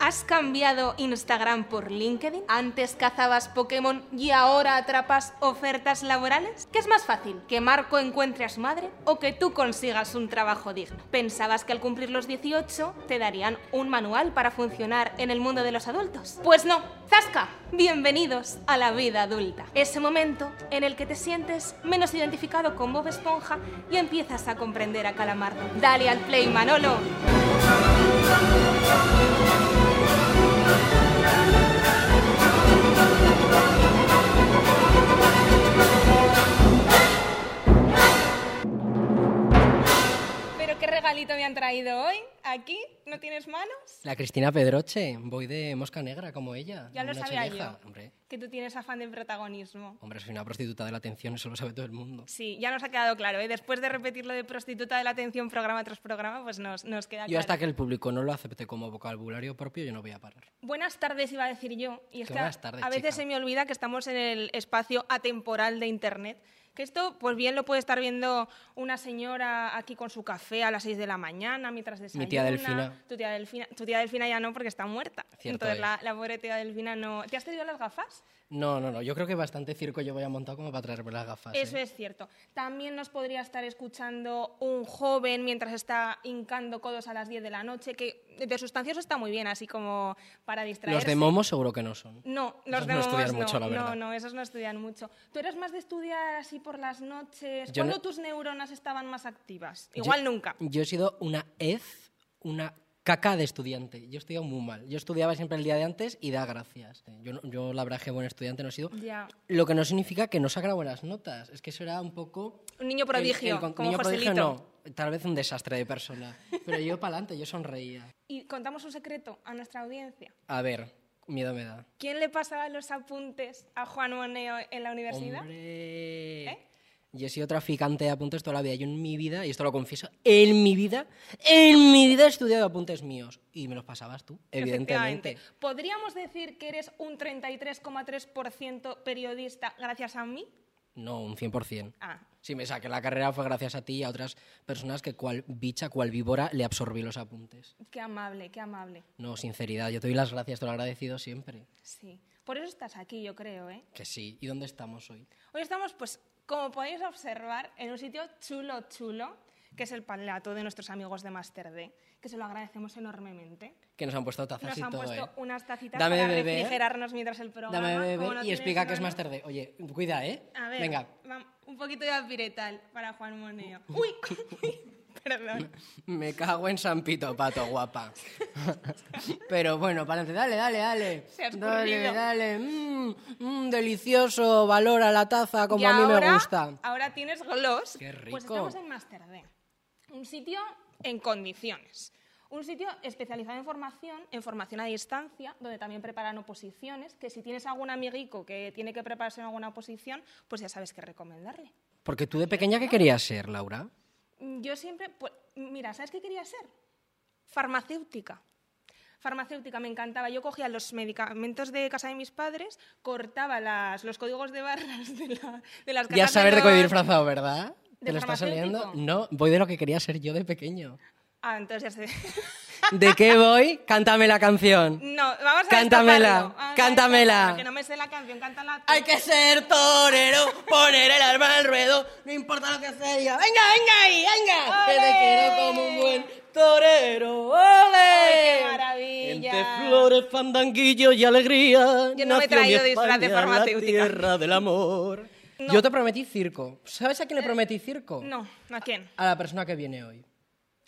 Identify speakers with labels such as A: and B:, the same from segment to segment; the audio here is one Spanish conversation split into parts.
A: ¿Has cambiado Instagram por LinkedIn? ¿Antes cazabas Pokémon y ahora atrapas ofertas laborales? ¿Qué es más fácil? ¿Que Marco encuentre a su madre o que tú consigas un trabajo digno? ¿Pensabas que al cumplir los 18 te darían un manual para funcionar en el mundo de los adultos? Pues no. ¡Zasca! Bienvenidos a la vida adulta. Ese momento en el que te sientes menos identificado con Bob Esponja y empiezas a comprender a Calamardo. Dale al play, Manolo. Pero qué regalito me han traído hoy. Aquí, ¿no tienes manos?
B: La Cristina Pedroche, voy de mosca negra como ella.
A: Ya
B: de
A: lo
B: noche
A: sabía
B: vieja.
A: yo.
B: Hombre,
A: Que tú tienes afán de protagonismo.
B: hombre, soy una prostituta de la atención, eso lo sabe todo el mundo.
A: Sí, ya nos ha quedado claro, ¿eh? Después de repetirlo de prostituta de la atención programa tras programa, pues nos, nos queda
B: Yo
A: claro.
B: hasta que el público no lo acepte como vocabulario propio, yo no voy a parar.
A: Buenas tardes, iba a decir yo. Y es
B: Qué
A: que a,
B: buenas tardes,
A: a veces
B: chica.
A: se me olvida que estamos en el espacio atemporal de Internet. Que esto, pues bien, lo puede estar viendo una señora aquí con su café a las 6 de la mañana mientras desayuna.
B: Mi tía Delfina.
A: Tu tía Delfina, tu tía Delfina ya no, porque está muerta.
B: Cierto
A: Entonces
B: es.
A: la, la pobre tía Delfina no... ¿Te has traído las gafas?
B: No, no, no, yo creo que bastante circo yo voy a montar como para traerme las gafas.
A: Eso
B: ¿eh?
A: es cierto. También nos podría estar escuchando un joven mientras está hincando codos a las 10 de la noche, que de sustancioso está muy bien, así como para
B: Los
A: distraerse.
B: de Momo seguro que no son.
A: No, los
B: Esos
A: de
B: no
A: momos
B: estudian
A: no,
B: mucho, la
A: no,
B: verdad.
A: no, esos no estudian mucho. Tú eras más de estudiar así por las noches.
B: Yo
A: ¿Cuándo
B: no-
A: tus neuronas estaban más activas? Igual
B: Yo-
A: nunca.
B: Yo he sido una ez, una caca de estudiante. Yo he estudiado muy mal. Yo estudiaba siempre el día de antes y da gracias. ¿eh? Yo, no- yo la verdad es que buen estudiante no he sido.
A: Ya.
B: Lo que no significa que no sacara buenas notas. Es que eso era un poco...
A: Un niño
B: El- el
A: prodigio,
B: con-
A: como
B: niño prodigio
A: Joselito.
B: no, tal vez un desastre de persona. Pero yo para adelante, yo sonreía.
A: Y contamos un secreto a nuestra audiencia.
B: A ver, miedo me da.
A: ¿Quién le pasaba los apuntes a Juan Moneo en la universidad?
B: Hombre.
A: ¿Eh?
B: Yo he sido traficante de apuntes toda la vida. Yo en mi vida, y esto lo confieso, en mi vida, en mi vida he estudiado apuntes míos. Y me los pasabas tú, evidentemente.
A: Efectivamente. ¿Podríamos decir que eres un 33,3% periodista gracias a mí?
B: No, un 100%.
A: Ah,
B: Si me saqué la carrera fue gracias a ti y a otras personas que cual bicha, cual víbora, le absorbí los apuntes.
A: qué amable, qué amable.
B: No, sinceridad, yo te doy las gracias, te lo he agradecido siempre.
A: Sí. Por eso estás aquí, yo creo, ¿eh?
B: Que sí. ¿Y dónde estamos hoy?
A: Hoy estamos, pues, como podéis observar, en un sitio chulo, chulo, que es el palato de nuestros amigos de Master D, que se lo agradecemos enormemente.
B: Que nos han puesto tazas
A: Nos
B: y
A: han
B: todo,
A: puesto
B: ¿eh?
A: unas tacitas
B: Dame
A: para
B: de beber.
A: refrigerarnos mientras el programa.
B: Dame de
A: como no
B: beber y
A: tienes
B: explica que es
A: mano-
B: más tarde. Oye, cuida, ¿eh?
A: A ver,
B: Venga,
A: vam- un poquito de apiretal para Juan Moneo. ¡Uy! Perdón.
B: me cago en San Pito, pato guapa. Pero bueno, para adelante, dale, dale, dale.
A: Se ha escurrido.
B: dale, dale. Mmm, delicioso, valora la taza como
A: Y
B: a mí
A: ahora-
B: me gusta.
A: Ahora tienes gloss.
B: Qué rico.
A: Pues estamos en Master D. Un sitio en condiciones. Un sitio especializado en formación, en formación a distancia, donde también preparan oposiciones, que si tienes algún amiguico que tiene que prepararse en alguna oposición, pues ya sabes qué recomendarle.
B: Porque tú de pequeña, ¿qué querías ser, Laura?
A: Yo siempre, pues, mira, ¿sabes qué quería ser? Farmacéutica. Farmacéutica, me encantaba. Yo cogía los medicamentos de casa de mis padres, cortaba las, los códigos de barras de, la- de las
B: Ya
A: cajas
B: saber de qué voy
A: los-
B: disfrazado, ¿verdad?
A: ¿De
B: ¿Te lo estás
A: farmacéutico?
B: oliendo? No, voy de lo que quería ser yo de pequeño.
A: Ah, entonces ya sé.
B: ¿De qué voy? Cántame la canción.
A: No, vamos a Ah,
B: Cántamela,
A: destaparlo. Vamos a
B: cántamela.
A: destaparlo, Que no me sé la canción, cántala tú.
B: Hay que ser torero, poner el arma al ruedo, no importa lo que se diga. ¡Venga, venga ahí, venga! Que
A: ¡Ole!
B: te quiero como un buen torero. ¡Ole!
A: ¡Ay,
B: eh,
A: qué maravilla!
B: Entre flores, fandanguillo y alegría.
A: Yo no me he
B: nació
A: traído
B: mi
A: disfraz de
B: España,
A: farmacéutica.
B: La tierra del amor.
A: No. Eh,
B: Yo te prometí circo. ¿Sabes a quién le prometí circo?
A: No, ¿a quién?
B: A la persona que viene hoy.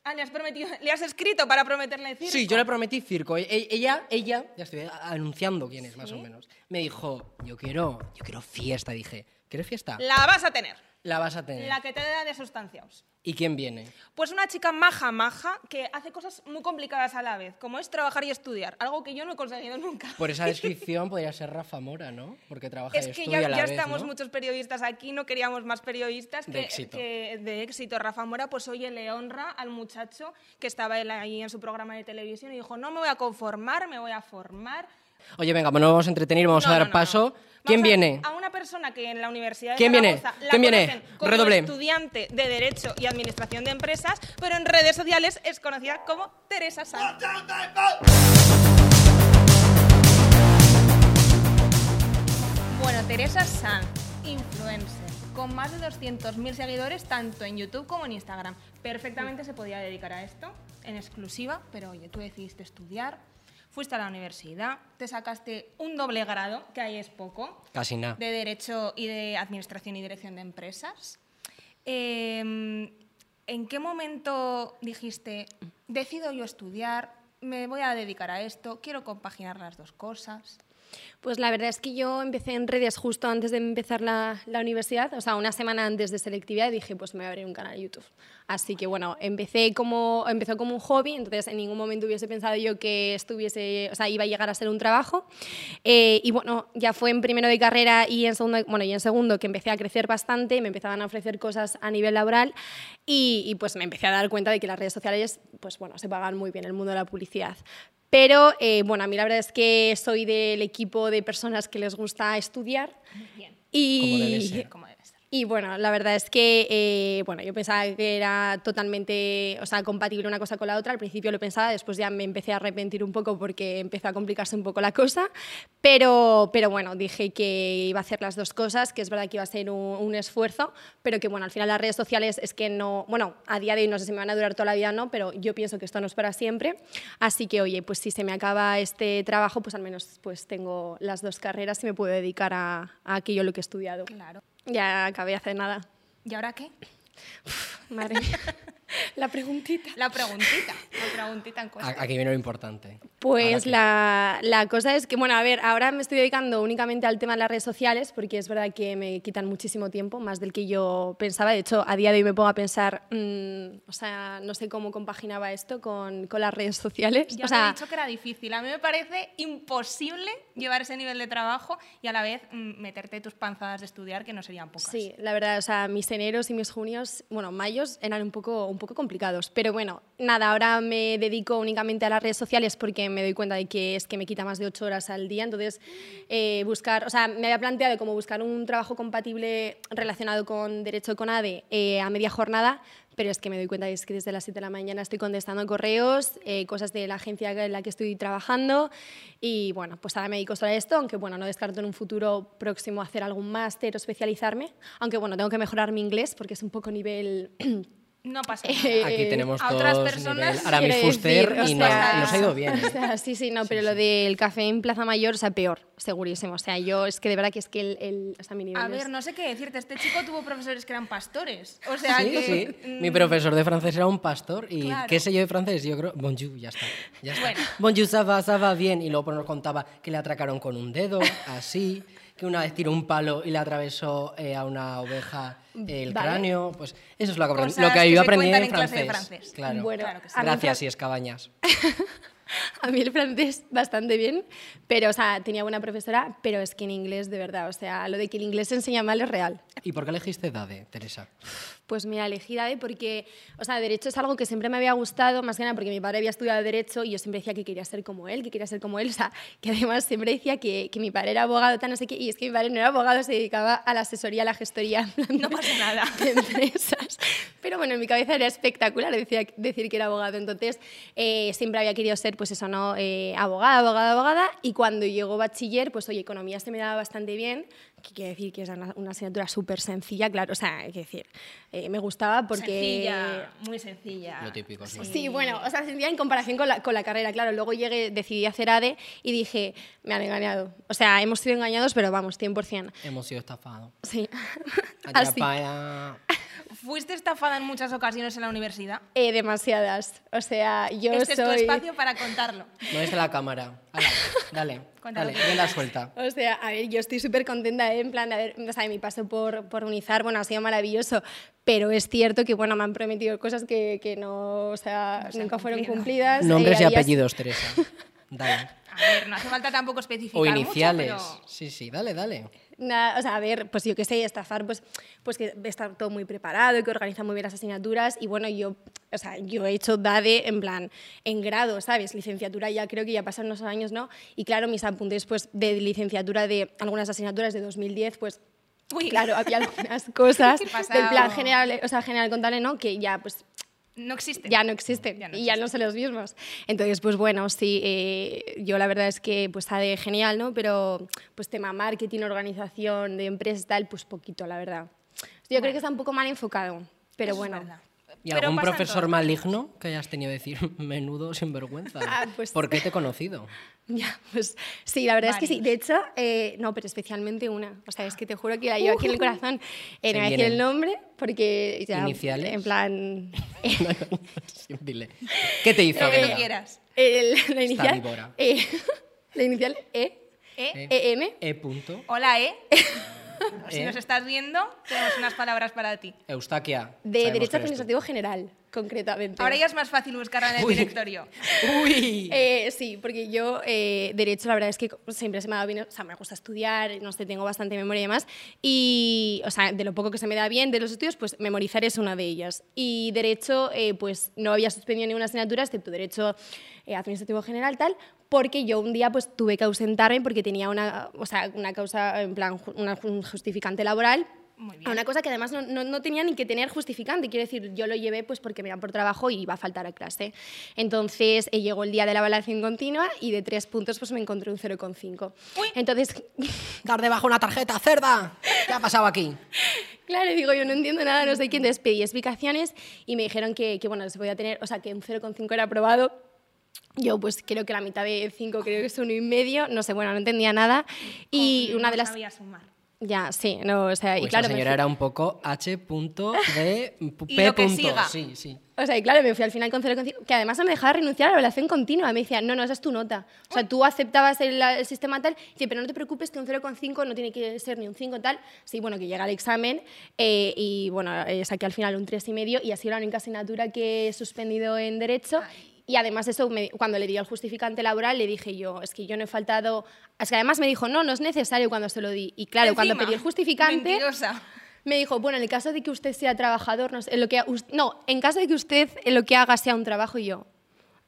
A: Ah, le has prometido, le has escrito para prometerle decir.
B: Sí, yo le prometí circo. E- e- Ella, ella, ya estoy a- anunciando quién es más o menos. Me dijo, yo quiero, yo quiero fiesta. Dije, ¿quieres fiesta?
A: La vas a tener.
B: La vas a tener.
A: La que te da de sustancias.
B: ¿Y quién viene?
A: Pues una chica maja, maja, que hace cosas muy complicadas a la vez, como es trabajar y estudiar, algo que yo no he conseguido nunca.
B: Por esa descripción podría ser Rafa Mora, ¿no? Porque trabaja
A: Es
B: y
A: que
B: estudia
A: ya,
B: a la
A: ya
B: vez,
A: estamos
B: ¿no?
A: muchos periodistas aquí, no queríamos más periodistas
B: De
A: que,
B: éxito.
A: que de éxito. Rafa Mora, pues oye, le honra al muchacho que estaba él ahí en su programa de televisión y dijo, no me voy a conformar, me voy a formar.
B: Oye, venga, pues no vamos a entretener, vamos
A: No,
B: a
A: no,
B: dar
A: no,
B: paso.
A: no.
B: ¿Quién
A: Vamos a-
B: viene?
A: A una persona que en la Universidad de
B: ¿Quién viene?
A: Zaragoza la
B: ¿Quién viene?
A: conocen como
B: Redoble.
A: estudiante de Derecho y Administración de Empresas, pero en redes sociales es conocida como Teresa Sanz. influencer, con más de 200.000 seguidores tanto en YouTube como en Instagram. Perfectamente se podía dedicar a esto, en exclusiva, pero oye, tú decidiste estudiar, fuiste a la universidad, te sacaste un doble grado, que ahí es poco,
B: Casi nada.
A: de Derecho y de Administración y Dirección de Empresas. Eh, ¿En qué momento dijiste, decido yo estudiar, me voy a dedicar a esto, quiero compaginar las dos cosas?
C: Pues la verdad es que yo empecé en redes justo antes de empezar la, la universidad, o sea, una semana antes de selectividad, y dije, pues me voy a abrir un canal de YouTube. Así que bueno, empecé como, empezó como un hobby, entonces en ningún momento hubiese pensado yo que estuviese, o sea, iba a llegar a ser un trabajo. Eh, y bueno, ya fue en primero de carrera y en segundo, bueno, y en segundo que empecé a crecer bastante, me empezaban a ofrecer cosas a nivel laboral y, y pues me empecé a dar cuenta de que las redes sociales, pues bueno, se pagan muy bien el mundo de la publicidad. Pero eh, bueno, a mí la verdad es que soy del equipo de personas que les gusta estudiar
A: Bien,
B: Como debe
C: y,
B: ser.
A: como debe ser.
C: y bueno, la verdad es que eh, bueno, yo pensaba que era totalmente o sea, compatible una cosa con la otra. Al principio lo pensaba, después ya me empecé a arrepentir un poco porque empezó a complicarse un poco la cosa. Pero, pero bueno, dije que iba a hacer las dos cosas, que es verdad que iba a ser un, un esfuerzo, pero que bueno, al final las redes sociales es que no, bueno, a día de hoy no sé si me van a durar toda la vida o no, pero yo pienso que esto no es para siempre. Así que oye, pues si se me acaba este trabajo, pues al menos pues tengo las dos carreras y me puedo dedicar a, a aquello lo que he estudiado.
A: Claro.
C: Ya acabé hace nada.
A: ¿Y ahora qué?
C: Madre mía. La preguntita.
A: La preguntita, la preguntita en cuestión.
B: A- Aquí viene lo importante. Ahora
C: Pues
B: que-
C: la, la cosa es que, bueno, a ver, ahora me estoy dedicando únicamente al tema de las redes sociales porque es verdad que me quitan muchísimo tiempo, más del que yo pensaba. De hecho, a día de hoy me pongo a pensar, mm, o sea, no sé cómo compaginaba esto con, con las redes sociales.
A: Ya
C: o
A: os
C: sea,
A: he dicho que era difícil. A mí me parece imposible llevar ese nivel de trabajo y a la vez mm, meterte tus panzadas de estudiar, que no serían pocas.
C: Sí, la verdad, o sea, mis eneros y mis junios, bueno, mayos eran un poco, un poco complicados, pero bueno, nada, ahora me dedico únicamente a las redes sociales porque me doy cuenta de que es que me quita más de ocho horas al día, entonces eh, buscar, o sea, me había planteado como buscar un trabajo compatible relacionado con derecho con ADE eh, a media jornada, pero es que me doy cuenta es que desde las 7 de la mañana estoy contestando correos, eh, cosas de la agencia en la que estoy trabajando y bueno, pues ahora me dedico solo a esto, aunque bueno, no descarto en un futuro próximo hacer algún máster o especializarme, aunque bueno, tengo que mejorar mi inglés porque es un poco nivel...
A: No pasa nada.
C: Eh,
B: Aquí tenemos
A: a
B: todos
A: otras personas,
B: nivel Aramis
C: quiero
B: Fuster
C: decir, o
B: y nos,
C: sea,
B: y nos ha ido bien. ¿eh?
C: o sea, sí, sí, no, pero lo del café en Plaza Mayor, o sea, peor, segurísimo. O sea, yo es que de verdad que es que el... el o sea, mi nivel
A: A
C: es-
A: ver, no sé qué decirte. Este chico tuvo profesores que eran pastores. O sea
B: Sí,
A: que.
B: sí. Mi
A: mm,
B: profesor de francés era un pastor y
A: Claro.
B: qué sé yo de francés, yo creo bonjour, ya está. Ya está.
A: Bueno.
B: Bonjour, ça va, ça va bien y luego pues, nos contaba que le atracaron con un dedo, así, que una vez tiró un palo y le atravesó eh, a una oveja el
C: Vale.
B: cráneo, pues eso es lo que, aprend-
A: Cosas
B: lo que
A: que
B: yo
A: se
B: aprendí
A: cuentan
B: en
A: en clase
B: francés.
A: de francés.
B: Claro.
C: Bueno,
A: Claro que sí.
C: a mí
B: Gracias y escabañas.
C: A mí el francés bastante bien, pero, o sea, tenía buena profesora, pero es que en inglés, de verdad, o sea, lo de que el inglés se enseña mal es real.
B: ¿Y por qué elegiste Dade, Teresa?
C: Pues mira, elegí DADE porque, o sea, Derecho es algo que siempre me había gustado, más que nada porque mi padre había estudiado Derecho y yo siempre decía que quería ser como él, que quería ser como él, o sea, que además siempre decía que, que mi padre era abogado, tal, no sé qué, y es que mi padre no era abogado, se dedicaba a la asesoría, a la gestoría, en plan
A: No
C: de-
A: pasa nada.
C: de empresas. Pero bueno, en mi cabeza era espectacular decía- decir que era abogado. Entonces, eh, siempre había querido ser, pues eso, ¿no? Eh, abogada, abogada, abogada. Y cuando llegó bachiller, pues oye, economía se me daba bastante bien. Que quiere decir que es una, una asignatura súper sencilla, claro. O sea, hay que decir, eh, me gustaba porque...
A: Sencilla, muy sencilla.
B: Lo típico, sí.
C: Sí, bueno, o sea, sentía en comparación con la, con la carrera, claro. Luego llegué, decidí hacer ADE y dije, me han engañado. O sea, hemos sido engañados, pero vamos, 100%.
B: Hemos sido estafados.
C: Sí.
A: Ah,
C: Así
B: Atrapada.
A: ¿Fuiste estafada en muchas ocasiones en la universidad?
C: Eh, demasiadas. O sea, yo
A: este
C: soy.
A: es tu espacio para contarlo.
B: No es de la cámara. Ala, dale,
A: Cuéntalo.
B: dale, bien la suelta.
C: O sea, a ver, yo estoy súper contenta, ¿eh? en plan, a ver, o sea, mi paso por, por Unizar, bueno, ha sido maravilloso, pero es cierto que, bueno, me han prometido cosas que, que no, o sea,
A: No se han
C: nunca fueron
A: cumplido.
C: cumplidas.
B: Nombres
C: Eh,
B: y
C: había-
B: apellidos, Teresa. Dale.
A: A ver, no hace falta tampoco especificar.
B: O
A: mucho,
B: iniciales.
A: pero-
B: Sí, sí, dale, dale.
C: Nada, o sea, a ver, pues yo qué sé, estafar, pues, pues que está todo muy preparado, que organiza muy bien las asignaturas y bueno, yo, o sea, yo he hecho DADE en plan, en grado, ¿sabes? Licenciatura ya creo que ya pasan unos años, ¿no? Y claro, mis apuntes pues de licenciatura de algunas asignaturas de 2010, pues
A: Uy.
C: claro, había algunas cosas
A: Qué
C: del plan
A: pasado.
C: general, o sea, general contable, ¿no? Que ya pues
A: No existe.
C: ya no existen
A: Ya no
C: y ya no son los mismos. Entonces, pues bueno, sí, eh, yo la verdad es que pues está de genial, ¿no? Pero pues tema marketing, organización de empresas, tal, pues poquito, la verdad. Yo creo que está un poco mal enfocado, pero
A: Eso es
C: bueno.
A: verdad.
B: ¿Y
A: Pero
B: algún
A: pasa en
B: profesor
A: todos.
B: maligno que hayas tenido que decir menudo sinvergüenza?
C: Ah, pues-
B: ¿Por qué te he conocido?
C: Ya, pues sí, la verdad es que sí.
A: Varios.
C: De hecho, eh, no, pero especialmente una. O sea, es que te juro que la llevo aquí en el corazón. Eh,
B: Se
C: no voy a decir
B: vienen.
C: el nombre porque ya.
B: ¿Iniciales?
C: En plan.
B: Sí, Dile. ¿Qué te hizo?
A: Eh. Lo que
B: Adriana?
A: tú quieras.
C: el- la inicial.
B: víbora.
C: eh, la inicial E.
A: ¿Eh?
C: EM.
B: E. punto.
A: Hola, ¿eh? Oh, Si
B: ¿Eh?
A: nos estás viendo, tenemos unas palabras para ti.
B: Eustaquia.
C: De
B: sabemos
C: Derecho
B: que eres tú.
C: Administrativo General, concretamente.
A: Ahora ya es más fácil buscarla en el
B: Uy.
A: directorio.
B: Uy.
C: Eh, sí, porque yo, eh, Derecho, la verdad es que siempre se me ha dado bien, o sea, me gusta estudiar, no sé, tengo bastante memoria y demás, y, o sea, de lo poco que se me da bien de los estudios, pues memorizar es una de ellas. Y Derecho, eh, pues no había suspendido ninguna asignatura, excepto Derecho eh, Administrativo General, tal, porque yo un día pues tuve que ausentarme porque tenía una, o sea, una causa, en plan, ju- una- un justificante laboral,
A: Muy bien.
C: a una cosa que además no, no- no tenía ni que tener justificante. Quiero decir, yo lo llevé pues porque me iban por trabajo y iba a faltar a clase. Entonces eh, llegó el día de la evaluación continua y de tres puntos pues me encontré un 0,5.
A: Uy.
C: Entonces,
B: Dar debajo una tarjeta, cerda. ¿Qué ha pasado aquí?
C: claro, digo, yo no entiendo nada, no sé quién. Entonces pedí explicaciones y me dijeron que, que, bueno, se podía tener, o sea, que un 0,5 era aprobado. Yo pues creo que la mitad de 5, creo que es uno y medio, no sé, bueno, no entendía nada. Y
A: Joder,
C: una
A: no
C: de las...
A: sabía sumar.
C: Ya, sí, no, o sea, y
B: Pues
C: claro...
B: la
C: me
B: señora
C: fui-
B: era un poco H. punto de p-
A: Y
B: P.
A: lo que
B: punto.
A: siga.
B: Sí, sí.
C: O sea, y claro, me fui al final con 0,5, que además no me dejaba renunciar a la evaluación continua. Me decía, no, no, esa es tu nota. O sea, tú aceptabas el, el sistema tal, dice, pero no te preocupes que un 0,5 no tiene que ser ni un 5 tal. Sí, bueno, que llega el examen eh, y bueno, eh, saqué al final un 3,5 y ha sido la única asignatura que he suspendido en Derecho. Y además eso, me- cuando le dio al justificante laboral, le dije yo, es que yo no he faltado... Es que además me dijo, no, no es necesario cuando se lo di. Y claro, cuando
A: Encima,
C: pedí el justificante...
A: Mentirosa.
C: Me dijo, bueno, en el caso de que usted sea trabajador, no, sé, en lo que, us- no, en caso de que usted en lo que haga sea un trabajo y yo.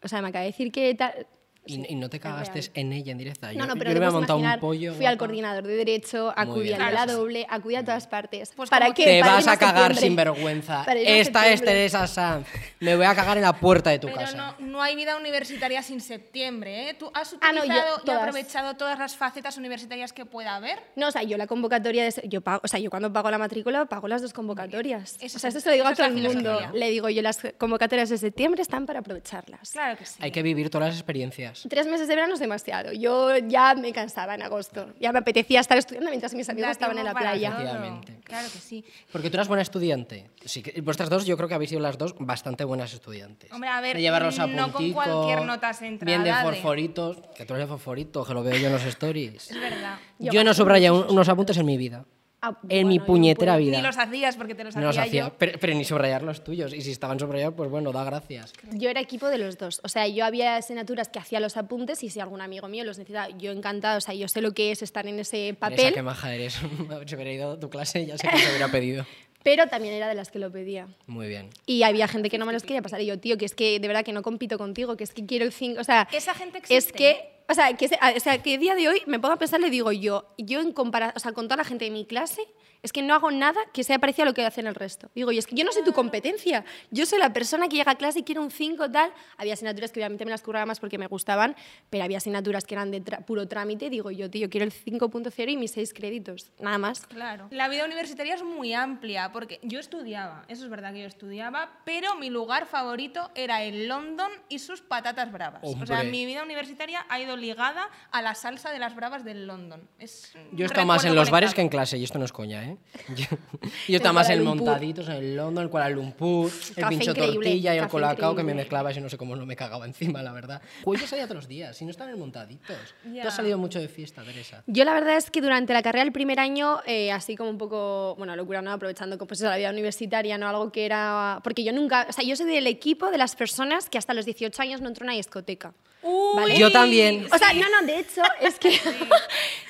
C: O sea, me acaba de decir que tal...
B: Y,
C: Sí,
B: y no te
C: es real.
B: cagaste en ella en directa.
C: No,
B: Yo-
C: no, pero
B: yo le
C: te
B: voy a
C: puedes
B: montar un
C: imaginar,
B: pollo.
C: fui al
B: guapa.
C: coordinador de derecho, acudí
B: bien.
C: a la
A: Claro,
C: doble, acudí a todas partes.
A: Pues
C: ¿Para
A: como
C: qué?
A: que
B: Te
C: Para
B: vas
C: irme
B: a cagar
C: septiembre.
B: sin vergüenza.
C: Para irme a
B: Esta es
C: septiembre.
B: Teresa Sanz. Me voy a cagar en la puerta de tu
A: Pero
B: casa.
A: no, no hay vida universitaria sin septiembre, ¿eh? Tú has
C: Ah, no, yo-
A: utilizado y
C: todas.
A: aprovechado todas las facetas universitarias que pueda haber.
C: No, o sea, yo la convocatoria, de, se- yo pago, o sea, yo cuando pago la matrícula pago las dos convocatorias.
A: Esa es
C: o sea, esto
A: la-
C: se lo digo a
A: esa
C: todo
A: es
C: el
A: la
C: mundo.
A: filosofía.
C: Le digo yo, las convocatorias de septiembre están para aprovecharlas.
A: Claro que sí.
B: Hay que vivir todas las experiencias.
C: Tres meses de verano es demasiado. Yo ya me cansaba en agosto. Ya me apetecía estar estudiando mientras mis amigos
A: Da
C: estaban en
A: tiempo
C: la
A: para
C: playa.
A: todo.
B: Efectivamente.
A: Claro que sí.
B: Porque tú eras buena estudiante. Sí, que- vosotras dos, yo creo que habéis sido las dos bastante buenas estudiantes.
A: Hombre, a ver,
B: de llevar los
A: no con
B: apunticos,
A: cualquier nota has entrado,
B: Bien de
A: dale.
B: fosforitos. Que tú eres de fosforito, que lo veo yo en los stories.
A: Es verdad.
B: Yo,
C: Yo
B: no subrayé un- unos apuntes en mi vida.
C: Ah,
B: en
C: bueno,
B: mi
C: yo
B: puñetera
C: puedo-
B: vida.
A: Ni los hacías porque te los
B: No
A: hacía,
B: los hacía.
A: yo.
B: Pero, pero ni subrayar los tuyos. Y si estaban subrayados, pues bueno, da gracias.
C: Yo era equipo de los dos. O sea, yo había asignaturas que hacía los apuntes y si algún amigo mío los necesitaba, yo encantada. O sea, yo sé lo que es estar en ese
B: Teresa, qué
C: papel,
B: maja eres. si hubiera ido a tu clase, ya sé que te hubiera pedido.
C: pero también era de las que lo pedía.
B: Muy bien.
C: Y había gente que no me los quería pasar. Y yo, tío, que es que de verdad que no compito contigo, que es que quiero el 5. O sea,
A: Esa gente
C: es
A: existe. ¿eh?
C: que. O sea, que, se- o sea, que día de hoy me pongo a pensar, le digo yo, yo en comparación, o sea, con toda la gente de mi clase, es que no hago nada que sea parecido a lo que hacen el resto. Digo, y es que yo no
A: Ah.
C: soy tu competencia, yo soy la persona que llega a clase y quiere un 5 tal. Había asignaturas que obviamente me las curraba más porque me gustaban, pero había asignaturas que eran de tra- puro trámite, digo yo, tío, quiero el 5.0 y mis 6 créditos, nada más.
A: Claro. La vida universitaria es muy amplia porque yo estudiaba, eso es verdad que yo estudiaba, pero mi lugar favorito era el London y sus patatas bravas. O sea,
B: Hombre.
A: mi vida universitaria ha ido ligada a la salsa de las bravas del London. Es un
B: Yo he estado más en
A: recuerdo
B: los bares
A: conectado.
B: que en clase, y esto no es coña, ¿eh? Yo, yo he estado más
C: Kuala
B: en
C: Lumpur.
B: montaditos, en el London, en Kuala Lumpur, el
C: Café
B: pincho
C: increíble,
B: tortilla y el
C: café
B: colacao que me
C: increíble.
B: mezclabas y no sé cómo no me cagaba encima, la verdad. Pues yo salía todos los días, si no estaban en montaditos. Tú
A: Ya.
B: has salido mucho de fiesta, Teresa.
C: Yo la verdad es que durante la carrera el primer año, eh, así como un poco, bueno, locura, ¿no? Aprovechando como pues, eso, la vida universitaria, ¿no? Algo que era... Porque yo nunca, o sea, yo soy del equipo de las personas que hasta los 18 años no entró a una discoteca.
A: Uy,
C: Vale.
B: Yo también.
C: O sea, no, no, de hecho, es que...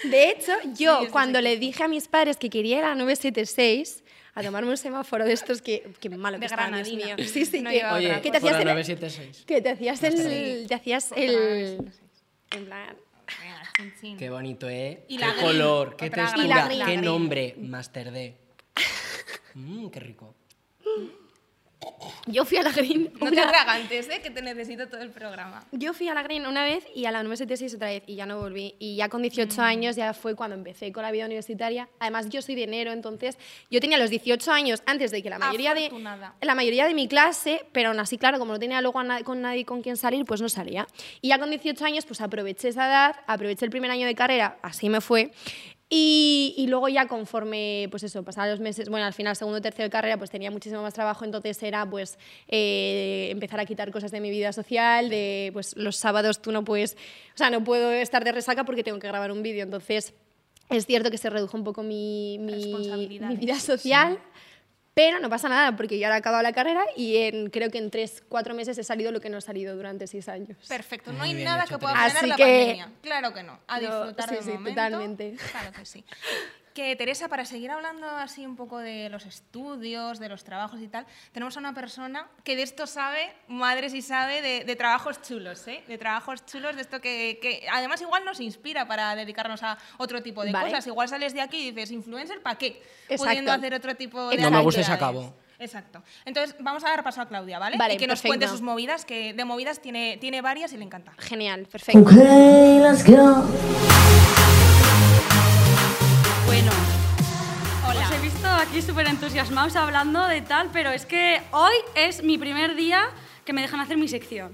C: De hecho, yo
A: yo soy
C: cuando
A: del
C: le dije a mis padres que quería ir a la 976 a tomarme un semáforo de estos que... Qué malo
A: De
C: que estaba, Dios
A: granadina.
C: mío. Sí, sí,
A: No
C: que,
A: llevaba
B: Oye,
A: otra
C: que te
B: por
C: hacías
B: la
C: el...
B: 976.
C: Que te hacías el...
A: Sí.
C: Te hacías
A: Otra vez,
C: el...
A: no sé.
C: En plan...
A: Venga, chin, chin.
B: Qué bonito, ¿eh?
A: Y
B: qué
A: la green,
B: color, qué
A: otra
C: green. Y la
B: textura,
C: green, la
B: qué
A: green.
B: Mm, nombre, Master D. Mmm, qué rico.
C: Yo fui a la Green.
A: No te
C: una-
A: atragantes, ¿eh? que te necesito todo el programa.
C: Yo fui a la Green una vez y a la Universidad tesis otra vez y ya no volví. Y ya con 18 años ya fue cuando empecé con la vida universitaria. Además, yo soy de enero, entonces yo tenía los 18 años antes de que la mayoría, de,
A: Afortunada.
C: la mayoría de mi clase, pero aún así, claro, como no tenía luego a na- con nadie con quien salir, pues no salía. Y ya con 18 años, pues aproveché esa edad, aproveché el primer año de carrera, así me fue. Y, y luego ya conforme, pues eso, pasaban los meses, bueno, al final segundo, tercero de carrera, pues tenía muchísimo más trabajo, entonces era pues eh, empezar a quitar cosas de mi vida social, de pues los sábados tú no puedes, o sea, no puedo estar de resaca porque tengo que grabar un vídeo, entonces es cierto que se redujo un poco mi, mi, mi
A: Responsabilidades.
C: vida social, pero no pasa nada porque yo ahora he acabado la carrera y en, creo que en tres, cuatro meses he salido lo que no he salido durante seis años.
A: Perfecto, no
B: Pues, Muy
A: hay
B: bien
A: nada
B: hecho,
A: que pueda
C: Teresa.
A: frenar
C: Así
A: la
C: que-
A: pandemia. Claro que no, a
C: No,
A: disfrutar
C: sí,
A: del
C: sí,
A: momento.
C: totalmente.
A: Claro que sí. Que Teresa, para seguir hablando así un poco de los estudios, de los trabajos y tal, tenemos a una persona que de esto sabe, madre sí sabe, de, de trabajos chulos, ¿eh? De trabajos chulos, de esto que, que además igual nos inspira para dedicarnos a otro tipo de
C: Vale.
A: cosas. Igual sales de aquí y dices, ¿influencer para qué?
C: Exacto.
A: Pudiendo hacer otro tipo de
C: No me
B: gusta ese
A: actividades.
B: acabo.
A: Exacto. Entonces, vamos a dar paso a Claudia, ¿vale?
C: Vale,
A: y que nos
C: perfecto.
A: cuente sus movidas, que de movidas tiene, tiene varias y le encanta.
C: Genial, perfecto.
D: Okay, let's go.
A: Bueno,
E: Os he
A: hola.
E: visto aquí súper entusiasmados hablando de tal, pero es que hoy es mi primer día que me dejan hacer mi sección.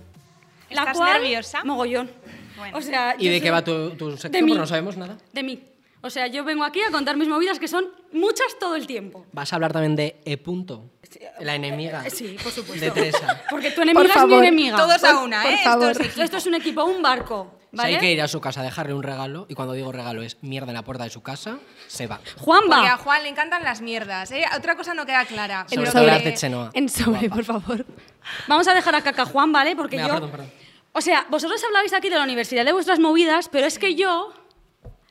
A: ¿Estás nerviosa?
E: Mogollón.
A: Bueno.
E: O sea,
B: ¿Y
E: yo
B: de qué
E: soy-
B: va tu, tu
E: De
B: sección?
E: mí.
B: Pues no sabemos nada.
E: De mí. O sea, yo vengo aquí a contar mis movidas que son muchas todo el tiempo.
B: Vas a hablar también de E. Punto, la enemiga.
E: Eh, Sí, por supuesto.
B: De Teresa.
E: Porque tu enemiga es mi
C: favor.
E: enemiga.
A: Todos
E: Por-
A: a
B: pues,
A: una,
C: por
A: ¿eh?
C: favor.
A: Esto es equipo.
E: Esto es un equipo, un barco,
B: O sea,
E: ¿vale?
B: hay que ir a su casa, dejarle un regalo y cuando digo regalo es mierda en la puerta de su casa, se va.
A: Porque a
E: Juanba,
A: Juan le encantan las mierdas, ¿eh? Otra cosa no queda clara.
B: Sobre
A: pero
B: todo
A: que-
B: las de Chenoa.
C: En sobre, por favor.
E: vamos a dejar a caca Juan, ¿vale? Porque
B: Venga,
E: yo...
B: perdón, perdón.
E: O sea, vosotros hablabais aquí de la universidad, de vuestras movidas, pero es que yo...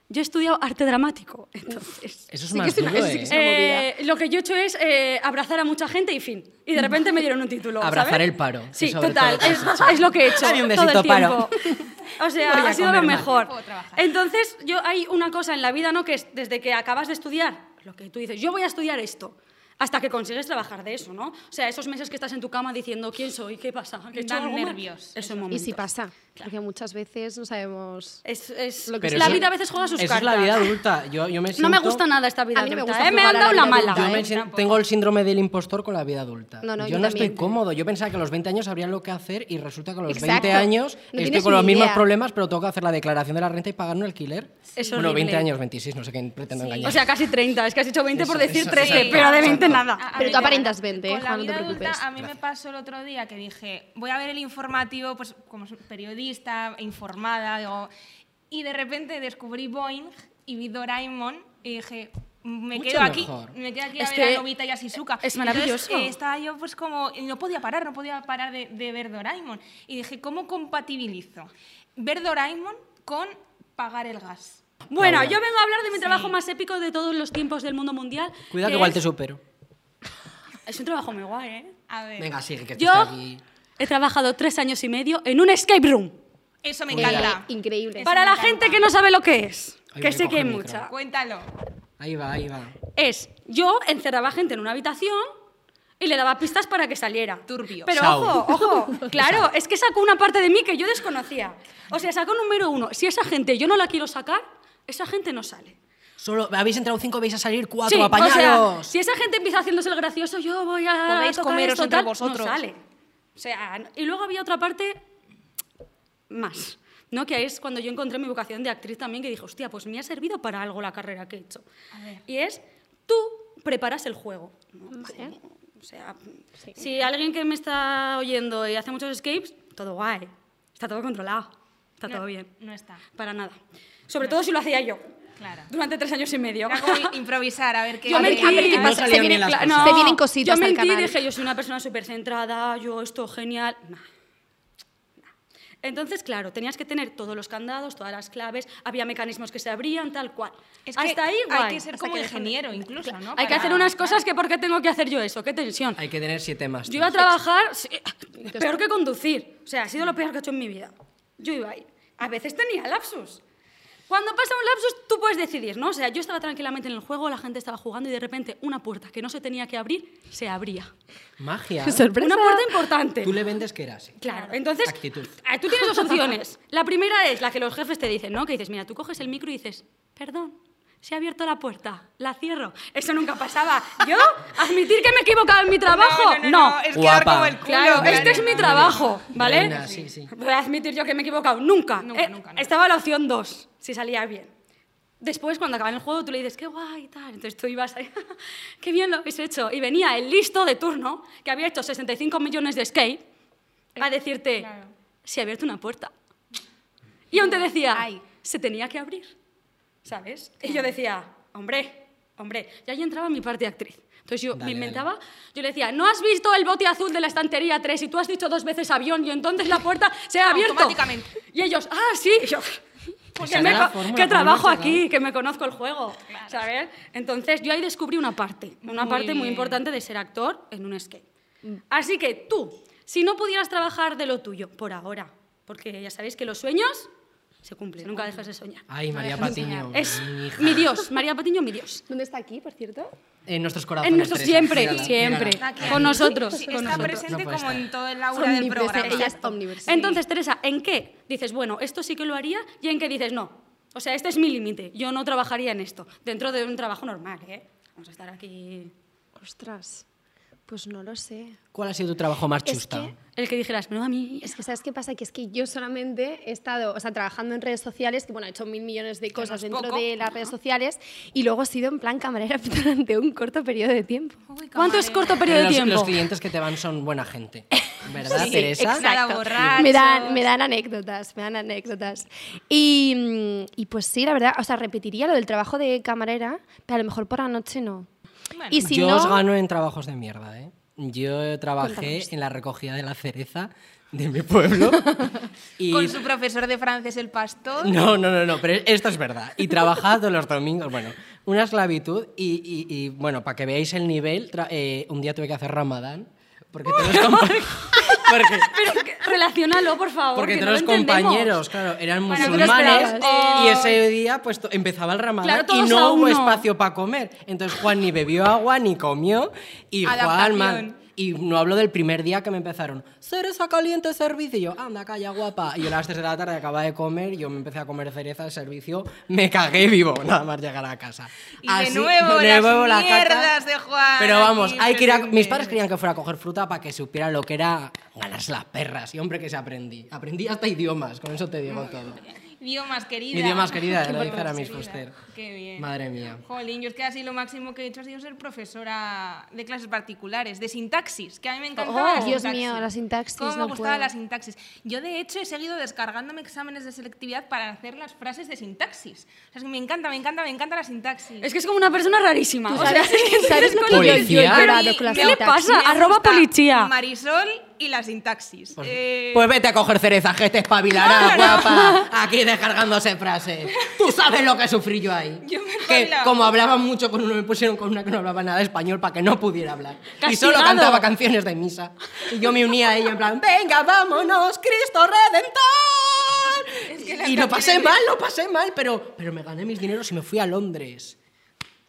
E: Yo he estudiado arte dramático, entonces...
B: Eso es
C: Sí que
B: más
C: es una-
B: duro,
C: sí que es
B: ¿eh?
C: una-
E: Eh, lo que yo he hecho es eh, abrazar a mucha gente y fin. Y de repente me dieron un título.
B: Abrazar
E: ¿sabes?
B: el paro, que
E: Sí,
B: sobre todo lo
E: total.
B: que
E: es,
B: has hecho.
E: es lo que he hecho.
B: Dame un
E: todo el
B: besito, paro.
E: tiempo. O sea,
B: Voy a
E: ha sido lo
B: comer mal.
E: mejor.
A: Puedo trabajar.
E: Entonces, yo hay una cosa en la vida, ¿no? Que es desde que acabas de estudiar, lo que tú dices, yo voy a estudiar esto. Hasta que consigues trabajar de eso, ¿no? O sea, esos meses que estás en tu cama diciendo quién soy, qué pasa, que he hecho
A: Dan
E: algo mal?
A: nervios.
E: Es un
C: Y si
E: momento.
C: pasa, porque muchas veces no sabemos...
E: Es, es-
C: Lo que
B: Pero
E: la
B: eso-
E: vida a veces juega sus
B: eso
E: cartas.
B: es la vida adulta. Yo, yo me
E: no me
B: siento-
E: gusta nada esta vida
C: A mí no me
E: adulta,
C: gusta
E: ¿eh? Me han
C: jugar a la
E: dado la,
C: vida
E: mala.
C: adulta,
B: Yo
C: ¿eh?
B: me
C: Yo
B: sien- tengo el síndrome del impostor con la vida adulta.
C: No, no,
B: yo,
C: yo
B: no estoy
E: ¿eh?
C: también.
B: cómodo. Yo pensaba que a los 20 años sabrían lo que hacer y resulta que a los
C: Exacto.
B: 20 años
C: No
B: estoy
C: tienes
B: con
C: ni
B: los mismos
C: idea.
B: problemas, pero tengo que hacer la declaración de la renta y pagar un alquiler.
E: Es
B: bueno,
E: horrible.
B: 20 años, 26, no sé qué pretendo engañar.
E: O sea, casi 30, es que has hecho 20 por
B: Eso,
E: decir
B: eso,
E: 13,
B: sí. Ah,
E: pero de 20
A: A-
E: nada.
A: a
C: Pero
A: mí
C: tú
A: me-
C: aparentas 20,
A: con
C: eh,
A: la
C: Juan, no
A: vida
C: te
A: adulta,
C: preocupes.
A: a mí me pasó el otro día que dije, voy a ver el informativo, pues como soy periodista, informada, digo, y de repente descubrí Boeing y vi Doraemon y dije, me
B: Mucho
A: quedo aquí,
B: mejor.
A: me quedo aquí
E: Es
A: a
E: que
A: ver a Nobita y a Shizuka.
E: es
A: Entonces,
E: maravilloso.
A: eh, estaba yo pues como, no podía parar, no podía parar de, de ver Doraemon. Y dije, ¿cómo compatibilizo ver Doraemon con pagar el gas?
E: Bueno, yo vengo a hablar de mi trabajo más épico de todos los tiempos del mundo mundial.
B: Cuidado
E: que
B: que igual te
E: es,
B: supero.
E: es un trabajo muy guay, ¿eh?
A: A ver,
B: Venga, sigue, que
E: Yo
B: está aquí.
E: he trabajado tres años y medio en un escape room.
A: eso me
B: Venga.
A: encanta.
C: Increíble.
E: Para
A: me
E: la
A: encanta.
E: gente que no sabe lo que es,
B: Ay, voy
E: que
B: a
E: sé que
B: coger
E: hay
B: el micro.
E: mucha.
A: Cuéntalo.
B: Ahí va, ahí va.
E: Es, yo encerraba gente en una habitación y le daba pistas para que saliera.
A: Turbio.
E: Pero
B: Sau.
E: ojo, ojo, claro, es que sacó una parte de mí que yo desconocía. O sea, sacó número uno. Si esa gente yo no la quiero sacar, esa gente no sale.
B: Solo, habéis entrado cinco, vais a salir
E: Sí,
B: cuatro,
E: o
B: apañaros.
E: sea, si esa gente empieza haciéndose el gracioso, yo voy a
A: Podéis
E: tocar
A: comeros
E: esto,
A: entre
E: tal,
A: vosotros.
E: No sale. O sea, n- y luego había otra parte más, ¿no? Que es cuando yo encontré mi vocación de actriz también, que dije, hostia, pues me ha servido para algo la carrera que he hecho. Y es, tú preparas el juego. ¿no? O sea, si alguien que me está oyendo y hace muchos escapes, todo guay, está todo controlado, está todo bien,
A: No está,
E: para nada. Sobre todo si lo hacía yo,
A: claro.
E: durante tres años y medio.
A: Era como improvisar, a ver qué...
E: Yo
A: a ver
E: mentí.
A: qué-
E: ver qué
B: No pasa. salían
C: Se
B: bien
C: vienen,
B: las
C: cla-
B: cosas.
C: no, se vienen cositas
E: Yo
C: al
E: mentí,
C: canal.
E: dije, yo soy una persona súper centrada, yo esto genial. Nah. Entonces, claro, tenías que tener todos los candados, todas las claves, había mecanismos que se abrían, tal cual.
A: Es que
E: Hasta ahí,
A: Hay
E: guay.
A: que ser
E: Hasta
A: como
E: que dejé-
A: ingeniero incluso, ¿no?
E: Hay que
A: Para-
E: hacer unas cosas que ¿por qué tengo que hacer yo eso? ¡Qué tensión!
B: Hay que tener siete más.
E: Yo iba a trabajar sí, peor que conducir. O sea, ha sido lo peor que he hecho en mi vida. Yo iba ahí. A veces tenía lapsus. Cuando pasa un lapsus, tú puedes decidir, ¿no? O sea, yo estaba tranquilamente en el juego, la gente estaba jugando y de repente una puerta que no se tenía que abrir se abría.
B: Magia.
C: Sorpresa.
E: Una puerta importante.
B: Tú le vendes que eras.
E: Claro, entonces
B: Actitud.
E: ah, tú tienes dos opciones. La primera es la que los jefes te dicen, ¿no? Que dices, mira, tú coges el micro y dices, perdón, se ha abierto la puerta, la cierro. Eso nunca pasaba. Yo admitir que me he equivocado en mi trabajo, no.
A: es
B: Guapa.
A: quedar como el culo.
E: Claro,
B: Vale,
E: este es mi
B: vale.
E: trabajo, ¿vale?
B: Venga, sí, sí.
E: Voy a admitir yo que me he equivocado. Nunca.
A: Nunca,
E: Eh,
A: nunca, nunca.
E: Estaba la opción 2, si salía bien. Después, cuando acaba el juego, tú le dices, qué guay, tal. Entonces tú ibas ahí, qué bien lo habéis hecho. Y venía el listo de turno, que había hecho 65 millones de skate, a decirte,
A: Eh, claro.
E: se ha abierto una puerta. Y aún te decía,
A: Ay.
E: se tenía que abrir. ¿Sabes? Y yo decía, hombre, hombre. Y ahí entraba mi parte de actriz. Entonces yo
B: Dale,
E: me
B: dale.
E: inventaba, yo le decía, ¿no has visto el bote azul de la estantería 3 y tú has dicho dos veces avión y entonces la puerta se ha abierto?
A: Automáticamente.
E: Y ellos, ah, sí. Y yo, porque
B: Esa
E: me
B: era la
E: co-
B: fórmula,
E: que
B: fórmula
E: trabajo
B: chacal.
E: aquí, que me conozco el juego, ¿sabes? Entonces yo ahí descubrí una parte, una
A: Muy
E: parte muy
A: bien. Mm.
E: importante de ser actor en un skate. Así que tú, si no pudieras trabajar de lo tuyo por ahora, porque ya sabéis que los sueños se cumplen, nunca dejas de soñar.
B: Ay, María
A: dejas de
B: Patiño.
E: Es
B: mi hija.
E: mi Dios, María Patiño, mi Dios.
C: ¿Dónde está aquí, por cierto?
B: En nuestros corazones.
E: En nuestro
B: Teresa.
E: siempre,
B: Mírala,
E: siempre.
B: mírala.
A: Aquí.
E: Con nosotros,
A: Sí,
E: con
A: está
E: nosotros.
A: presente
B: No puede
A: como
B: estar.
A: en todo el aura del programa.
C: Omnipresente, Ella es omnipresente.
E: Entonces, Teresa, ¿en qué dices, bueno, esto sí que lo haría y en qué dices, no? O sea, este es mi límite, yo no trabajaría en esto, dentro de un trabajo normal, ¿eh? Vamos a estar aquí...
C: Ostras, pues no lo sé.
B: ¿Cuál ha sido tu trabajo más
C: Es
B: chusta?
C: que-
E: El que dijeras, no, a mí...
C: Es que, ¿sabes qué pasa? Que es que yo solamente he estado, o sea, trabajando en redes sociales, que bueno, he hecho mil millones de cosas
A: no es
C: dentro
A: poco.
C: de las redes sociales, y luego he sido en plan camarera durante un corto periodo de tiempo.
A: Uy,
E: ¿Cuánto
A: camarero.
E: es corto periodo de
B: los,
E: tiempo?
B: los clientes que te van son buena gente. ¿Verdad,
A: Sí,
B: Teresa?
A: exacto. Nada borrachos.
C: Me dan, me dan anécdotas, me dan anécdotas. Y, mm, y pues sí, la verdad, o sea, repetiría lo del trabajo de camarera, pero a lo mejor por la noche no.
A: Bueno.
C: y si
B: Yo
C: no,
B: os gano en trabajos de mierda, ¿eh? Yo trabajé
C: Cuéntanos.
B: en la recogida de la cereza de mi pueblo. y
A: Con su profesor de francés, el pastor.
B: No, no, no, no, pero esto es verdad. Y trabajaba todos los domingos, bueno, una esclavitud y, y- y, bueno, para que veáis el nivel, tra- eh, un día tuve que hacer ramadán. Porque todos los, compa- porque-
E: Pero que- relacionalo, por favor.
B: porque
E: que
B: todos
E: no
B: los
E: lo entendemos.
B: compañeros, claro, eran
E: Bueno, tú lo
B: musulmanes
E: esperabas,
B: y
E: eh.
B: ese día pues to- empezaba el ramadán
E: Claro,
B: y
E: todos a
B: no hubo
E: uno.
B: espacio para comer. Entonces Juan ni bebió agua ni comió y Juan...
A: Adaptación.
B: man- y no hablo del primer día que me empezaron, cereza caliente, servicio. Y yo, anda, calla, guapa. Y yo a las 3 de la tarde acababa de comer, yo me empecé a comer cereza de servicio, me cagué vivo, nada más llegar a casa.
A: Y de nuevo las mierdas de Juan
B: Pero vamos,
A: aquí
B: hay que ir a-
A: presente.
B: mis padres querían que fuera a coger fruta para que supiera lo que era ganas las perras. Y hombre, que se aprendí. Aprendí hasta idiomas, con eso te digo todo.
A: Idiomas, querida.
B: Mi idioma querida, lo dice ahora
A: Idiomas,
B: Miss
A: querida.
B: Foster.
A: Qué bien.
B: Madre mía.
A: Jolín, yo es que así lo máximo que he hecho ha sido ser profesora de clases particulares, de sintaxis, que a mí me encantaba.
C: Oh,
A: la
C: Dios
A: sintaxis.
C: mío, la sintaxis,
A: Cómo me
C: no
A: gustaba
C: puedo.
A: la sintaxis. Yo, de hecho, he seguido descargándome exámenes de selectividad para hacer las frases de sintaxis. O sea, es que me encanta, me encanta, me encanta la sintaxis.
E: Es que es como una persona rarísima.
C: ¿Tú
E: o
C: sabes,
E: sea, es que
C: sabes
E: eres
C: lo
E: con-
C: que yo- yo he
B: Policía.
C: llorado con la
E: ¿Qué le
C: sintaxis?
E: pasa?
A: Me
E: Arroba
A: gusta
E: policía.
A: Marisol y la sintaxis. Eh,
B: Pues vete a coger cereza, que te espabilará,
A: No, no, no.
B: guapa. Aquí descargándose frases. Tú sabes lo que sufrí yo ahí.
A: Yo me he
B: que
A: espabilado.
B: como hablaba mucho con uno, me pusieron con una que no hablaba nada de español para que no pudiera hablar. Y solo
E: Castigado.
B: cantaba canciones de misa. Y yo me unía a ella en plan, venga, vámonos, Cristo Redentor.
A: Es que las
B: y lo pasé
A: canciones-
B: mal, lo pasé mal, pero, pero me gané mis dineros y me fui a Londres.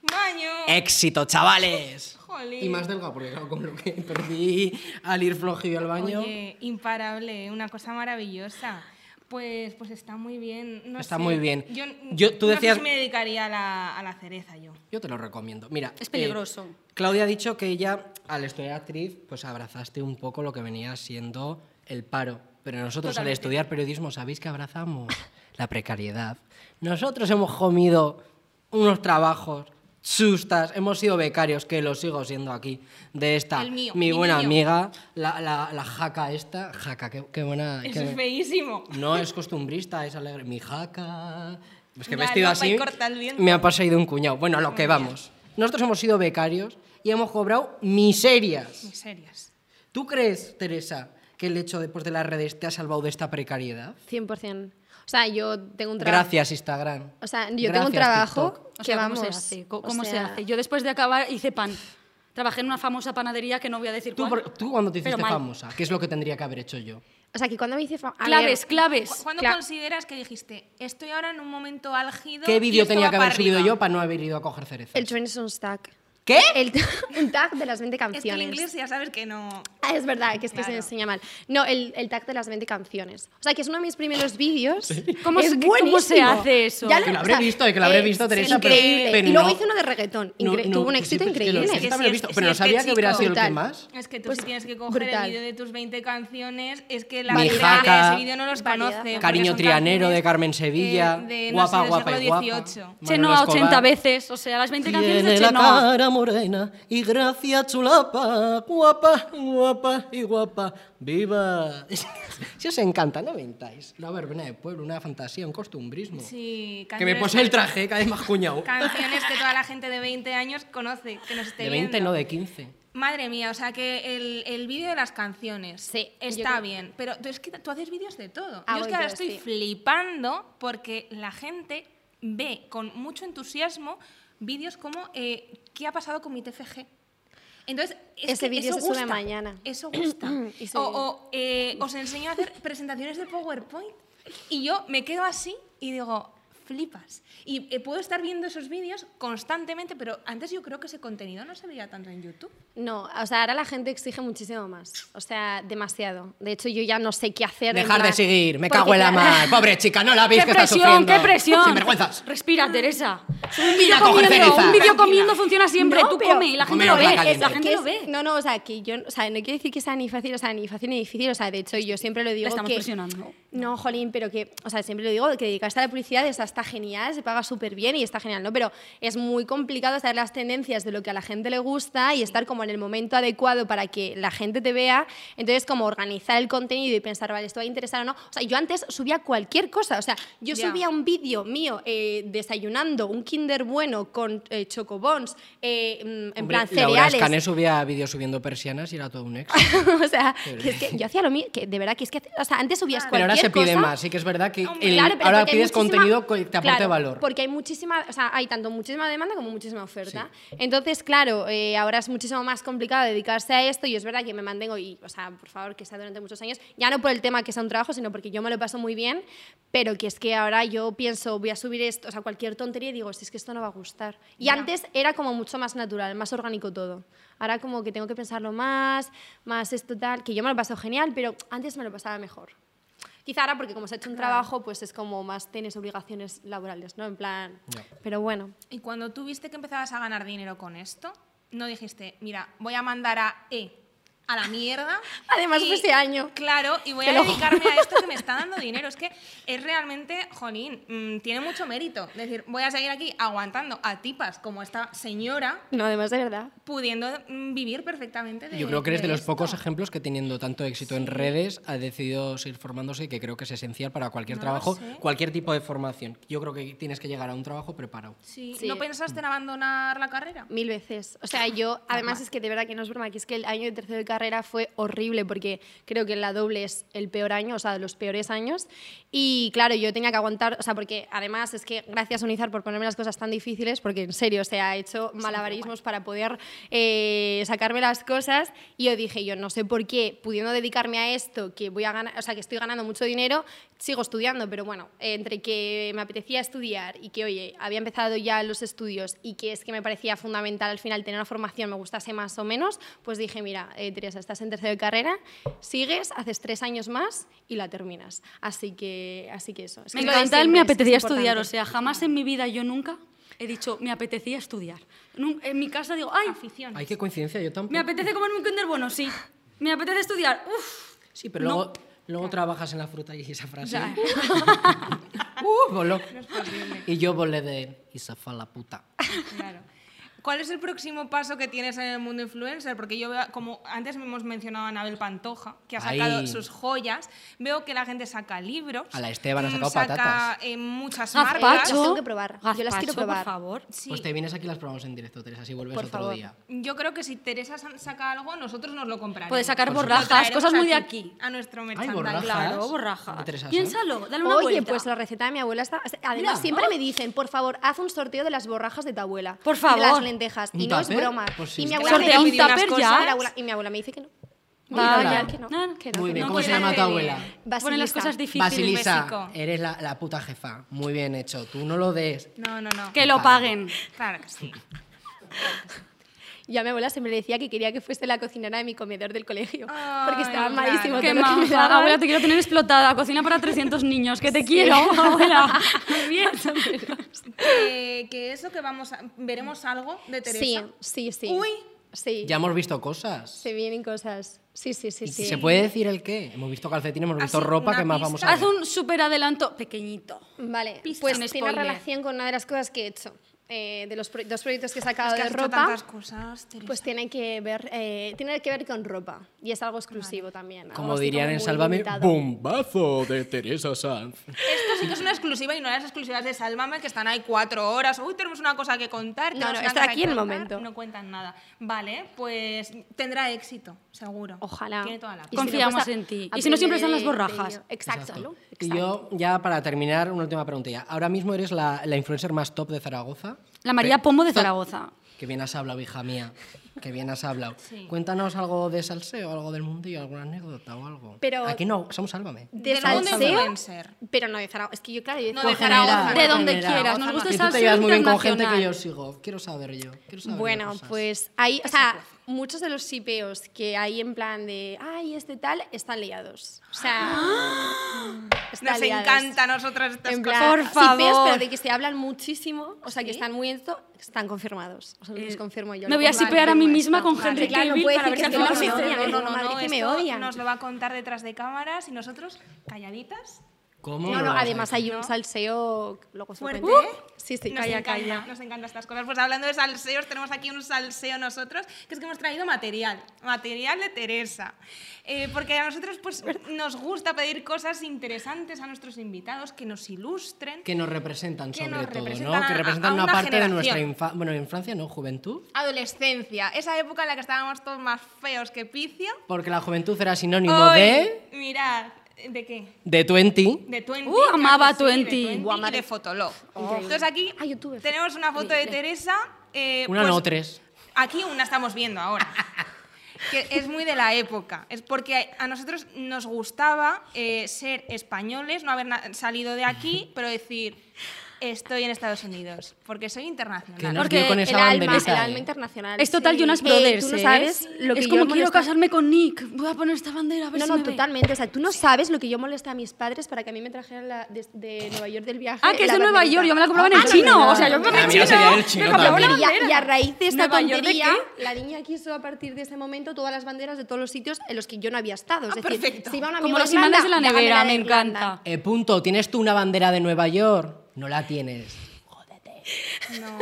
A: baño.
B: Éxito, chavales.
A: Jolín.
B: Y más delgado, porque claro, con lo que perdí al ir flojillo al baño.
A: Oye, imparable, ¿eh? una cosa maravillosa. Pues, pues está muy bien. no
B: Está
A: sé.
B: muy bien.
A: Yo,
B: Yo- tú
A: no sé
B: decías-
A: si me dedicaría a la, a la cereza yo.
B: Yo te lo recomiendo. Mira,
E: Es
B: eh,
E: peligroso.
B: Claudia ha dicho que ella, al estudiar actriz, pues abrazaste un poco lo que venía siendo el paro. Pero nosotros, al estudiar periodismo, ¿sabéis que abrazamos? La precariedad. Nosotros hemos comido unos trabajos chustas, hemos sido becarios, que lo sigo siendo aquí, de esta,
A: El mío,
B: mi
A: mi
B: buena
A: niño.
B: amiga, la, la, la jaca esta, jaca, qué, qué buena...
A: Eso
B: qué-
A: es feísimo.
B: no es costumbrista, es alegre. Mi jaca. Es que
A: La
B: vestido
A: ropa y
B: así
A: corta el viento.
B: me ha pasado un cuñado. Bueno, a lo que vamos. Nosotros hemos sido becarios y hemos cobrado miserias.
A: Miserias.
B: ¿Tú crees, Teresa, que el hecho de, pues, de las redes te ha salvado de esta precariedad?
C: 100%. O sea, yo tengo un trabajo.
B: Gracias, Instagram.
C: O sea, yo tengo
B: Gracias,
C: un trabajo
B: TikTok.
C: que
E: O sea,
C: vamos.
E: ¿Cómo se hace? Co-
C: o
E: ¿Cómo se
C: sea,
E: hace? Yo después de acabar hice pan. Trabajé en una famosa panadería que no voy a decir
B: Tú,
E: cuál.
B: por- tú cuando te
E: Pero
B: hiciste
E: mal.
B: famosa, ¿qué es lo que tendría que haber hecho yo?
C: O sea, que cuando me dice... fa- a
E: Claves,
C: ver,
A: ¿Cu-
E: claves.
A: ¿Cuándo
C: Cla-
A: consideras que dijiste, estoy ahora en un momento álgido?
B: ¿Qué
A: y
B: vídeo
A: esto
B: tenía
A: va
B: que haber
A: para
B: subido
A: arriba?
B: yo para no haber ido a coger cerezas?
C: El Trenson Stack.
B: ¿Qué?
C: El t- un tag de las 20
A: Es que el
C: canciones.
A: inglés ya sabes que no.
C: Ah, es verdad, que es que se
A: Claro.
C: enseña mal. No, el, el tag de las 20 canciones. O sea, que es uno de mis primeros vídeos.
E: ¿Cómo
C: es
E: se- cómo se
C: buenísimo.
E: hace eso?
C: Ya
E: Que
B: lo habré visto, eh, que lo
C: eh,
B: habré visto,
C: es
B: Teresa, pero-
C: increíble.
B: pero
C: y luego
B: no-
C: hice uno de reggaetón.
B: No,
C: Incre-
B: no,
C: tuvo un
B: sí,
C: éxito
B: pero es que lo-
C: increíble.
B: sí,
A: Es que
B: también lo he
A: si
B: visto,
A: es-
B: pero
A: si
B: no
A: es que,
B: sabía que, hubiera
A: chico,
B: sido el que
C: brutal.
B: más.
A: Es que tú
C: Pues
A: sí tienes que coger
C: brutal.
A: el vídeo de tus 20 canciones. Es que la
B: Mi
A: gente que vea
B: jaca,
A: ese vídeo no los
C: Variedad.
A: conoce. porque
B: Cariño
A: son
B: Trianero de
A: canciones,
B: Carmen Sevilla,
A: eh, de, no
B: guapa,
A: sé, del
B: guapa y
A: siglo
B: guapa.
A: XVIII.
E: Chenoa 80 veces, o sea, las 20 canciones de
B: Tiene la
E: Chenoa.
B: cara morena y gracia chulapa, guapa, guapa y guapa, viva. Si os encanta, no mentáis. La verbena de pueblo, una fantasía, un costumbrismo.
A: Sí,
B: que me
A: canciones-
B: pose el traje cada vez más cuñado.
A: Canciones que toda la gente de 20 años conoce, que nos esté
B: De 20,
A: viendo.
B: no de 15.
A: Madre mía, o sea que el, el vídeo de las canciones
C: Sí, yo
A: está
C: creo-
A: bien, pero tú, es que tú haces vídeos de todo.
C: Hago
A: yo es que ahora
C: yo,
A: estoy
C: sí.
A: flipando porque la gente ve con mucho entusiasmo vídeos como eh, ¿qué ha pasado con mi TFG? Entonces, es
C: Ese
A: que
C: vídeo
A: eso
C: se sube
A: gusta,
C: mañana.
A: Eso gusta.
C: Y se-
A: o o, eh, os enseño a hacer presentaciones de PowerPoint y yo me quedo así y digo, flipas. Y eh, puedo estar viendo esos vídeos constantemente, pero antes yo creo que ese contenido no se veía tanto en YouTube.
C: No, o sea, ahora la gente exige muchísimo más. O sea, demasiado. De hecho, yo ya no sé qué hacer. en
B: Dejar de
C: plan-
B: seguir, me
C: porque
B: cago en la
C: claro,
B: mar. Pobre chica, no la veis
E: ¡Qué
B: que está
E: presión,
B: sufriendo.
E: qué presión!
B: Sin vergüenzas.
E: Respira, Teresa. Un
B: Mira,
E: vídeo
B: coger
E: comiendo,
B: cereza.
E: un vídeo
B: Tranquila.
E: comiendo funciona siempre.
C: No,
E: Tú
C: pero-
E: come y la gente
B: Comeros
E: lo
B: la
E: ve.
B: caliente.
E: La
C: que
E: gente
C: es-
E: lo ve.
C: No, no, o sea, que yo, o sea, no quiero decir que sea ni fácil, o sea, ni fácil ni difícil, o sea, de hecho yo siempre lo digo
E: estamos
C: que
E: presionando.
C: No, jolín, pero que, o sea, siempre lo digo que dedicarse a la publicidad está, está genial, se paga súper bien y está genial, ¿no? Pero es muy complicado saber las tendencias de lo que a la gente le gusta y estar como en el momento adecuado para que la gente te vea. Entonces, como organizar el contenido y pensar, vale, esto va a interesar o no. O sea, yo antes subía cualquier cosa, o sea, yo
A: Ya.
C: subía un vídeo mío eh, desayunando un Kinder bueno con eh, chocobons, eh, mm, en
B: Hombre, Laura
C: plan cereales.
B: Escanes subía vídeos subiendo persianas y era todo un ex.
C: o sea, que es que yo hacía lo mismo, que de verdad que es que, o sea, antes subías
B: Pero
C: Ah, cualquier
B: ahora se pide
C: cosa.
B: más, sí que es verdad que
A: Hombre,
B: el-
C: Claro, pero
B: ahora
C: porque hay
B: pides
C: muchísima-
B: contenido que te aporte
C: claro,
B: valor.
C: Porque hay muchísima, o sea, hay tanto muchísima demanda como muchísima oferta. Entonces, claro, eh, ahora es muchísimo más complicado dedicarse a esto y es verdad que me mantengo y, o sea, por favor, que sea durante muchos años, ya no por el tema que sea un trabajo, sino porque yo me lo paso muy bien, pero que es que ahora yo pienso, voy a subir esto, o sea, cualquier tontería y digo, si es que esto no va a gustar. Y antes era como mucho más natural, más orgánico todo. Ahora como que tengo que pensarlo más, más esto tal, que yo me lo paso genial, pero antes me lo pasaba mejor. Quizá ahora porque como se ha hecho un trabajo, pues es como más tienes obligaciones laborales, ¿no? En plan,
B: Ya.
C: pero bueno.
A: Y cuando tú viste que empezabas a ganar dinero con esto, no dijiste, mira, voy a mandar a E a la mierda.
C: Además
A: y-
C: fue ese año.
A: Claro, y voy
C: Te
A: a
C: lo juro.
A: dedicarme a esto que me está dando dinero. Es que es realmente, jolín, mm, tiene mucho mérito. Es decir, voy a seguir aquí aguantando a tipas como esta señora,
C: No, además de verdad.
A: pudiendo mm, vivir perfectamente de
B: Yo creo que eres de los
A: esto.
B: pocos ejemplos que teniendo tanto éxito en redes ha decidido seguir formándose, que creo que es esencial para cualquier
A: No lo
B: trabajo,
A: sé.
B: cualquier tipo de formación. Yo creo que tienes que llegar a un trabajo preparado.
A: Sí.
C: Sí.
A: ¿No pensaste en abandonar la carrera?
C: Mil veces. O sea, yo, además es que de verdad que no es broma, que es que el año de tercero de carrera fue horrible porque creo que la doble es el peor año, o sea, de los peores años. Y claro, yo tenía que aguantar, o sea, porque además es que gracias a Unizar por ponerme las cosas tan difíciles, porque en serio, se ha hecho malabarismos para poder eh, sacarme las cosas. Y yo dije, yo no sé por qué, pudiendo dedicarme a esto, que voy a ganar, o sea, que estoy ganando mucho dinero, sigo estudiando, pero bueno, entre que me apetecía estudiar y que, oye, había empezado ya los estudios y que es que me parecía fundamental al final tener una formación, me gustase más o menos, pues dije, mira, eh, Teresa, estás en tercero de carrera, sigues, haces tres años más y la terminas. Así que, así que eso. Es
E: Me
C: que lo de
E: encanta el
C: siempre
E: me
C: es- es
E: apetecía
C: importante.
E: estudiar, o sea, jamás en mi vida yo nunca he dicho me apetecía estudiar. Nun- En mi casa digo, ay,
A: Afición.
B: Ay, qué coincidencia, yo tampoco.
E: me apetece comerme un Kinder bueno, sí. Me apetece estudiar, uff.
B: Sí, pero luego, luego trabajas en la fruta y esa frase.
E: Ya.
B: ¡Uh, voló! y yo volé de. Y se fue a la puta.
A: Claro. ¿Cuál es el próximo paso que tienes en el mundo influencer? Porque yo veo, como antes hemos mencionado a Anabel Pantoja, que ha sacado
B: Ahí.
A: sus joyas, veo que la gente saca libros.
B: A la Esteban ha
A: mm,
B: sacado
A: saca,
B: patatas.
A: eh, muchas
E: Gazpacho.
A: marcas.
C: Las tengo que probar. Yo las quiero
E: Gazpacho,
C: probar.
E: Por favor.
A: Sí,
B: Pues te vienes aquí y las probamos en directo, Teresa, si vuelves
C: Por
B: otro
C: favor.
B: día.
A: Yo creo que si Teresa sa- saca algo, nosotros nos lo compraremos.
E: Puedes sacar
A: Lo
E: borrajas,
A: traeremos
E: cosas muy de aquí.
A: A nuestro
B: Ay, borrajas.
A: merchandising.
E: Claro,
B: ¿Te
E: borraja.
B: interesa,
E: Piénsalo, dale una
C: Oye,
E: vuelta.
C: pues la receta de mi abuela está. o sea, Además,
B: Mira.
C: siempre me dicen, por favor, haz un sorteo de las borrajas de tu abuela.
E: Por
C: y de las
E: favor.
C: lentejas.
B: ¿Un
C: Y no es
B: tupper?
C: broma.
B: Pues sí.
C: y,
B: Es
C: mi
B: que
C: abuela
E: la
C: me
E: gente
C: dice-
E: pide unas
C: y mi
E: cosas.
C: abuela- y mi abuela me dice que no. Vaya,
B: Mírala.
C: que no.
E: No, no,
C: que
B: Muy
C: que
B: bien,
E: no
B: ¿cómo se
E: quiere
B: llama tu
E: decir.
B: abuela?
E: Pone las
C: Basilisa.
E: cosas difíciles.
B: Basilisa,
A: México.
B: eres la, la puta jefa. Muy bien hecho. Tú no lo des.
A: No, no, no.
E: Que lo paguen.
A: Claro que sí.
C: Yo a mi abuela siempre le decía que quería que fuese la cocinera de mi comedor del colegio, porque
A: Ay,
C: estaba
A: claro.
C: malísimo todo lo
E: Qué
C: que me
E: maja.
C: daban.
E: Abuela, te quiero tener explotada. Cocina para 300 niños. Que te quiero, abuela. Bien.
A: Que, que eso que vamos a- veremos algo de
C: Sí,
A: Teresa.
C: sí, sí.
A: Uy.
C: Sí,
B: Ya hemos visto cosas.
C: se vienen cosas. Sí, sí, sí,
B: ¿Y
C: sí.
B: ¿Se puede decir el qué? Hemos visto calcetines, hemos visto
A: Así,
B: ropa,
A: una
B: ¿qué más vamos
A: pista.
B: a
E: Haz
B: ver?
E: un súper adelanto pequeñito.
C: Vale,
E: Pista.
C: pues
E: Un
C: tiene
E: spoiler.
C: relación con una de las cosas que he hecho. Eh, de los pro- dos proyectos que he sacado
A: Es que
C: de
A: has hecho
C: ropa,
A: tantas cosas, Teresa.
C: pues tiene que, ver, eh, tiene que ver con ropa. Y es algo exclusivo también. algo
B: Como
C: así
B: dirían en
C: muy
B: Sálvame,
C: limitado.
B: bombazo de Teresa Sanz.
A: Esto sí que es una exclusiva y no las exclusivas de Sálvame que están ahí cuatro horas. Uy, tenemos una cosa que contar.
C: No,
A: tenemos
C: no,
A: una
C: está
A: cosa
C: aquí
A: que
C: en el
A: contar.
C: momento.
A: No cuentan nada. Vale, pues tendrá éxito, seguro.
C: Ojalá.
A: Tiene toda la
C: Y si no,
A: pinta.
E: Confiamos
C: pues, a-
E: en ti. Y si no,
C: aprender
E: siempre están
C: de-
E: las borrajas.
C: de ello. Exacto.
B: Y yo, ya para terminar, una última preguntilla. Ahora mismo eres la, la influencer más top de Zaragoza.
E: La María Pombo de Zaragoza.
B: Que bien has hablado, hija mía. Que bien has hablado. Cuéntanos algo de salseo, algo del mundillo, alguna anécdota o algo.
C: Pero-
B: Aquí no, somos Sálvame.
C: De
A: Del mundo
C: salseo,
A: influencer.
C: pero no de Zaragoza. Es que yo, claro, yo
A: No,
C: de
A: de Zaragoza.
E: De donde
B: general.
E: quieras, nos gusta
B: Que tú
E: salseo
B: te llevas muy bien con gente
E: internacional.
B: que yo sigo. Quiero saber yo. quiero saber yo
C: Bueno,
B: cosas.
C: pues hay, o sea, muchos de los sipeos que hay en plan de, ay, este tal, están liados. O sea, están
A: Nos
C: liados.
A: encanta a nosotros estas
C: En
A: cosas.
C: plan,
E: Por favor.
C: Sipeos, pero de que se hablan muchísimo, o sea, que
A: ¿Sí?
C: están muy en esto, están confirmados. O sea, los confirmo yo.
E: me
C: lo
E: voy a
C: confirmo.
E: sipear a mí
C: Vale,
E: misma con
C: vale.
E: Henry
C: Claro, no
E: Cavill
C: puede
E: para
C: decir
E: ver
C: que
E: si al
C: no,
E: final
C: no,
E: me
C: no,
E: odian.
C: no, no, madre, que me
A: esto
C: odian.
A: Nos lo va a contar detrás de cámaras y nosotros calladitas.
B: ¿Cómo
C: No,
B: lo
C: no,
B: vas a
C: además
B: decir?
C: hay un salseo, luego os lo
A: Fuerte,
C: cuento.
A: ¿eh?
C: Sí, sí.
A: nos, encanta, nos encantan estas cosas. Pues hablando de salseos, tenemos aquí un salseo nosotros, que es que hemos traído material, material de Teresa. Eh, porque a nosotros pues, nos gusta pedir cosas interesantes a nuestros invitados, que nos ilustren.
B: que nos representan
A: Que
B: sobre
A: nos
B: todo,
A: representan
B: ¿no?
A: a-
B: Que
A: a
B: representan
A: una
B: una, parte de nuestra
A: generación.
B: infancia, bueno, infancia no, juventud,
A: Adolescencia, esa época en la que estábamos todos más feos que picio.
B: porque la juventud era sinónimo
A: Hoy,
B: de
A: Mirad, ¿de qué?
B: de 20.
A: De Twenty.
E: Uh, amaba
A: que sí, de
E: 20.
A: Twenty
C: Guau,
A: y
C: madre.
A: de Fotolog.
C: Increíble.
A: Entonces aquí
C: Ah, YouTube.
A: tenemos una foto de
C: Increíble.
A: Teresa. eh,
B: Una
A: pues,
B: no, tres.
A: Aquí una estamos viendo ahora. Que es muy de la época. Es porque a nosotros nos gustaba eh, ser españoles, no haber na- salido de aquí, pero decir, estoy en Estados Unidos, porque soy
B: Que
A: internacional.
B: nos
E: Porque
B: dio con
C: El
B: esa
C: alma, el
B: banderita,
C: alma
B: eh.
C: internacional.
E: Es total
C: sí.
E: Jonas
C: Eh, tú no
E: Brothers. ¿eh?
C: sabes lo que
E: es
C: yo
E: como quiero
C: molesta-
E: casarme con Nick. Voy a poner esta bandera a ver
C: No,
E: si
C: no,
E: me ve.
C: totalmente. O sea, tú no sabes lo que yo molesté a mis padres para que a mí me trajeran la, de, de Nueva York del viaje.
E: Ah, que es
C: la
E: de Nueva
C: banderita.
E: York. Yo me la compraba en
C: Ah,
E: el
C: no,
E: chino.
C: no,
E: O sea, yo
C: no,
E: me compraba
B: Ah,
E: en
B: mira, sería el
E: el
B: chino
E: chino. Me compraba
B: también.
E: una
C: Y a, y a
E: bandera.
C: raíz de esta
E: ¿Nueva York de
C: tontería,
E: qué?
C: la niña quiso a partir de ese momento todas las banderas de todos los sitios en los que yo no había estado. Es
A: Ah,
C: decir,
A: perfecto.
C: si iba un amigo
E: Como
C: a
E: los imanes de la
C: Irlanda,
E: nevera,
C: llámame la
E: me
C: de Irlanda.
E: encanta.
B: Eh, punto, ¿tienes tú una bandera de Nueva York? No la tienes.
A: No,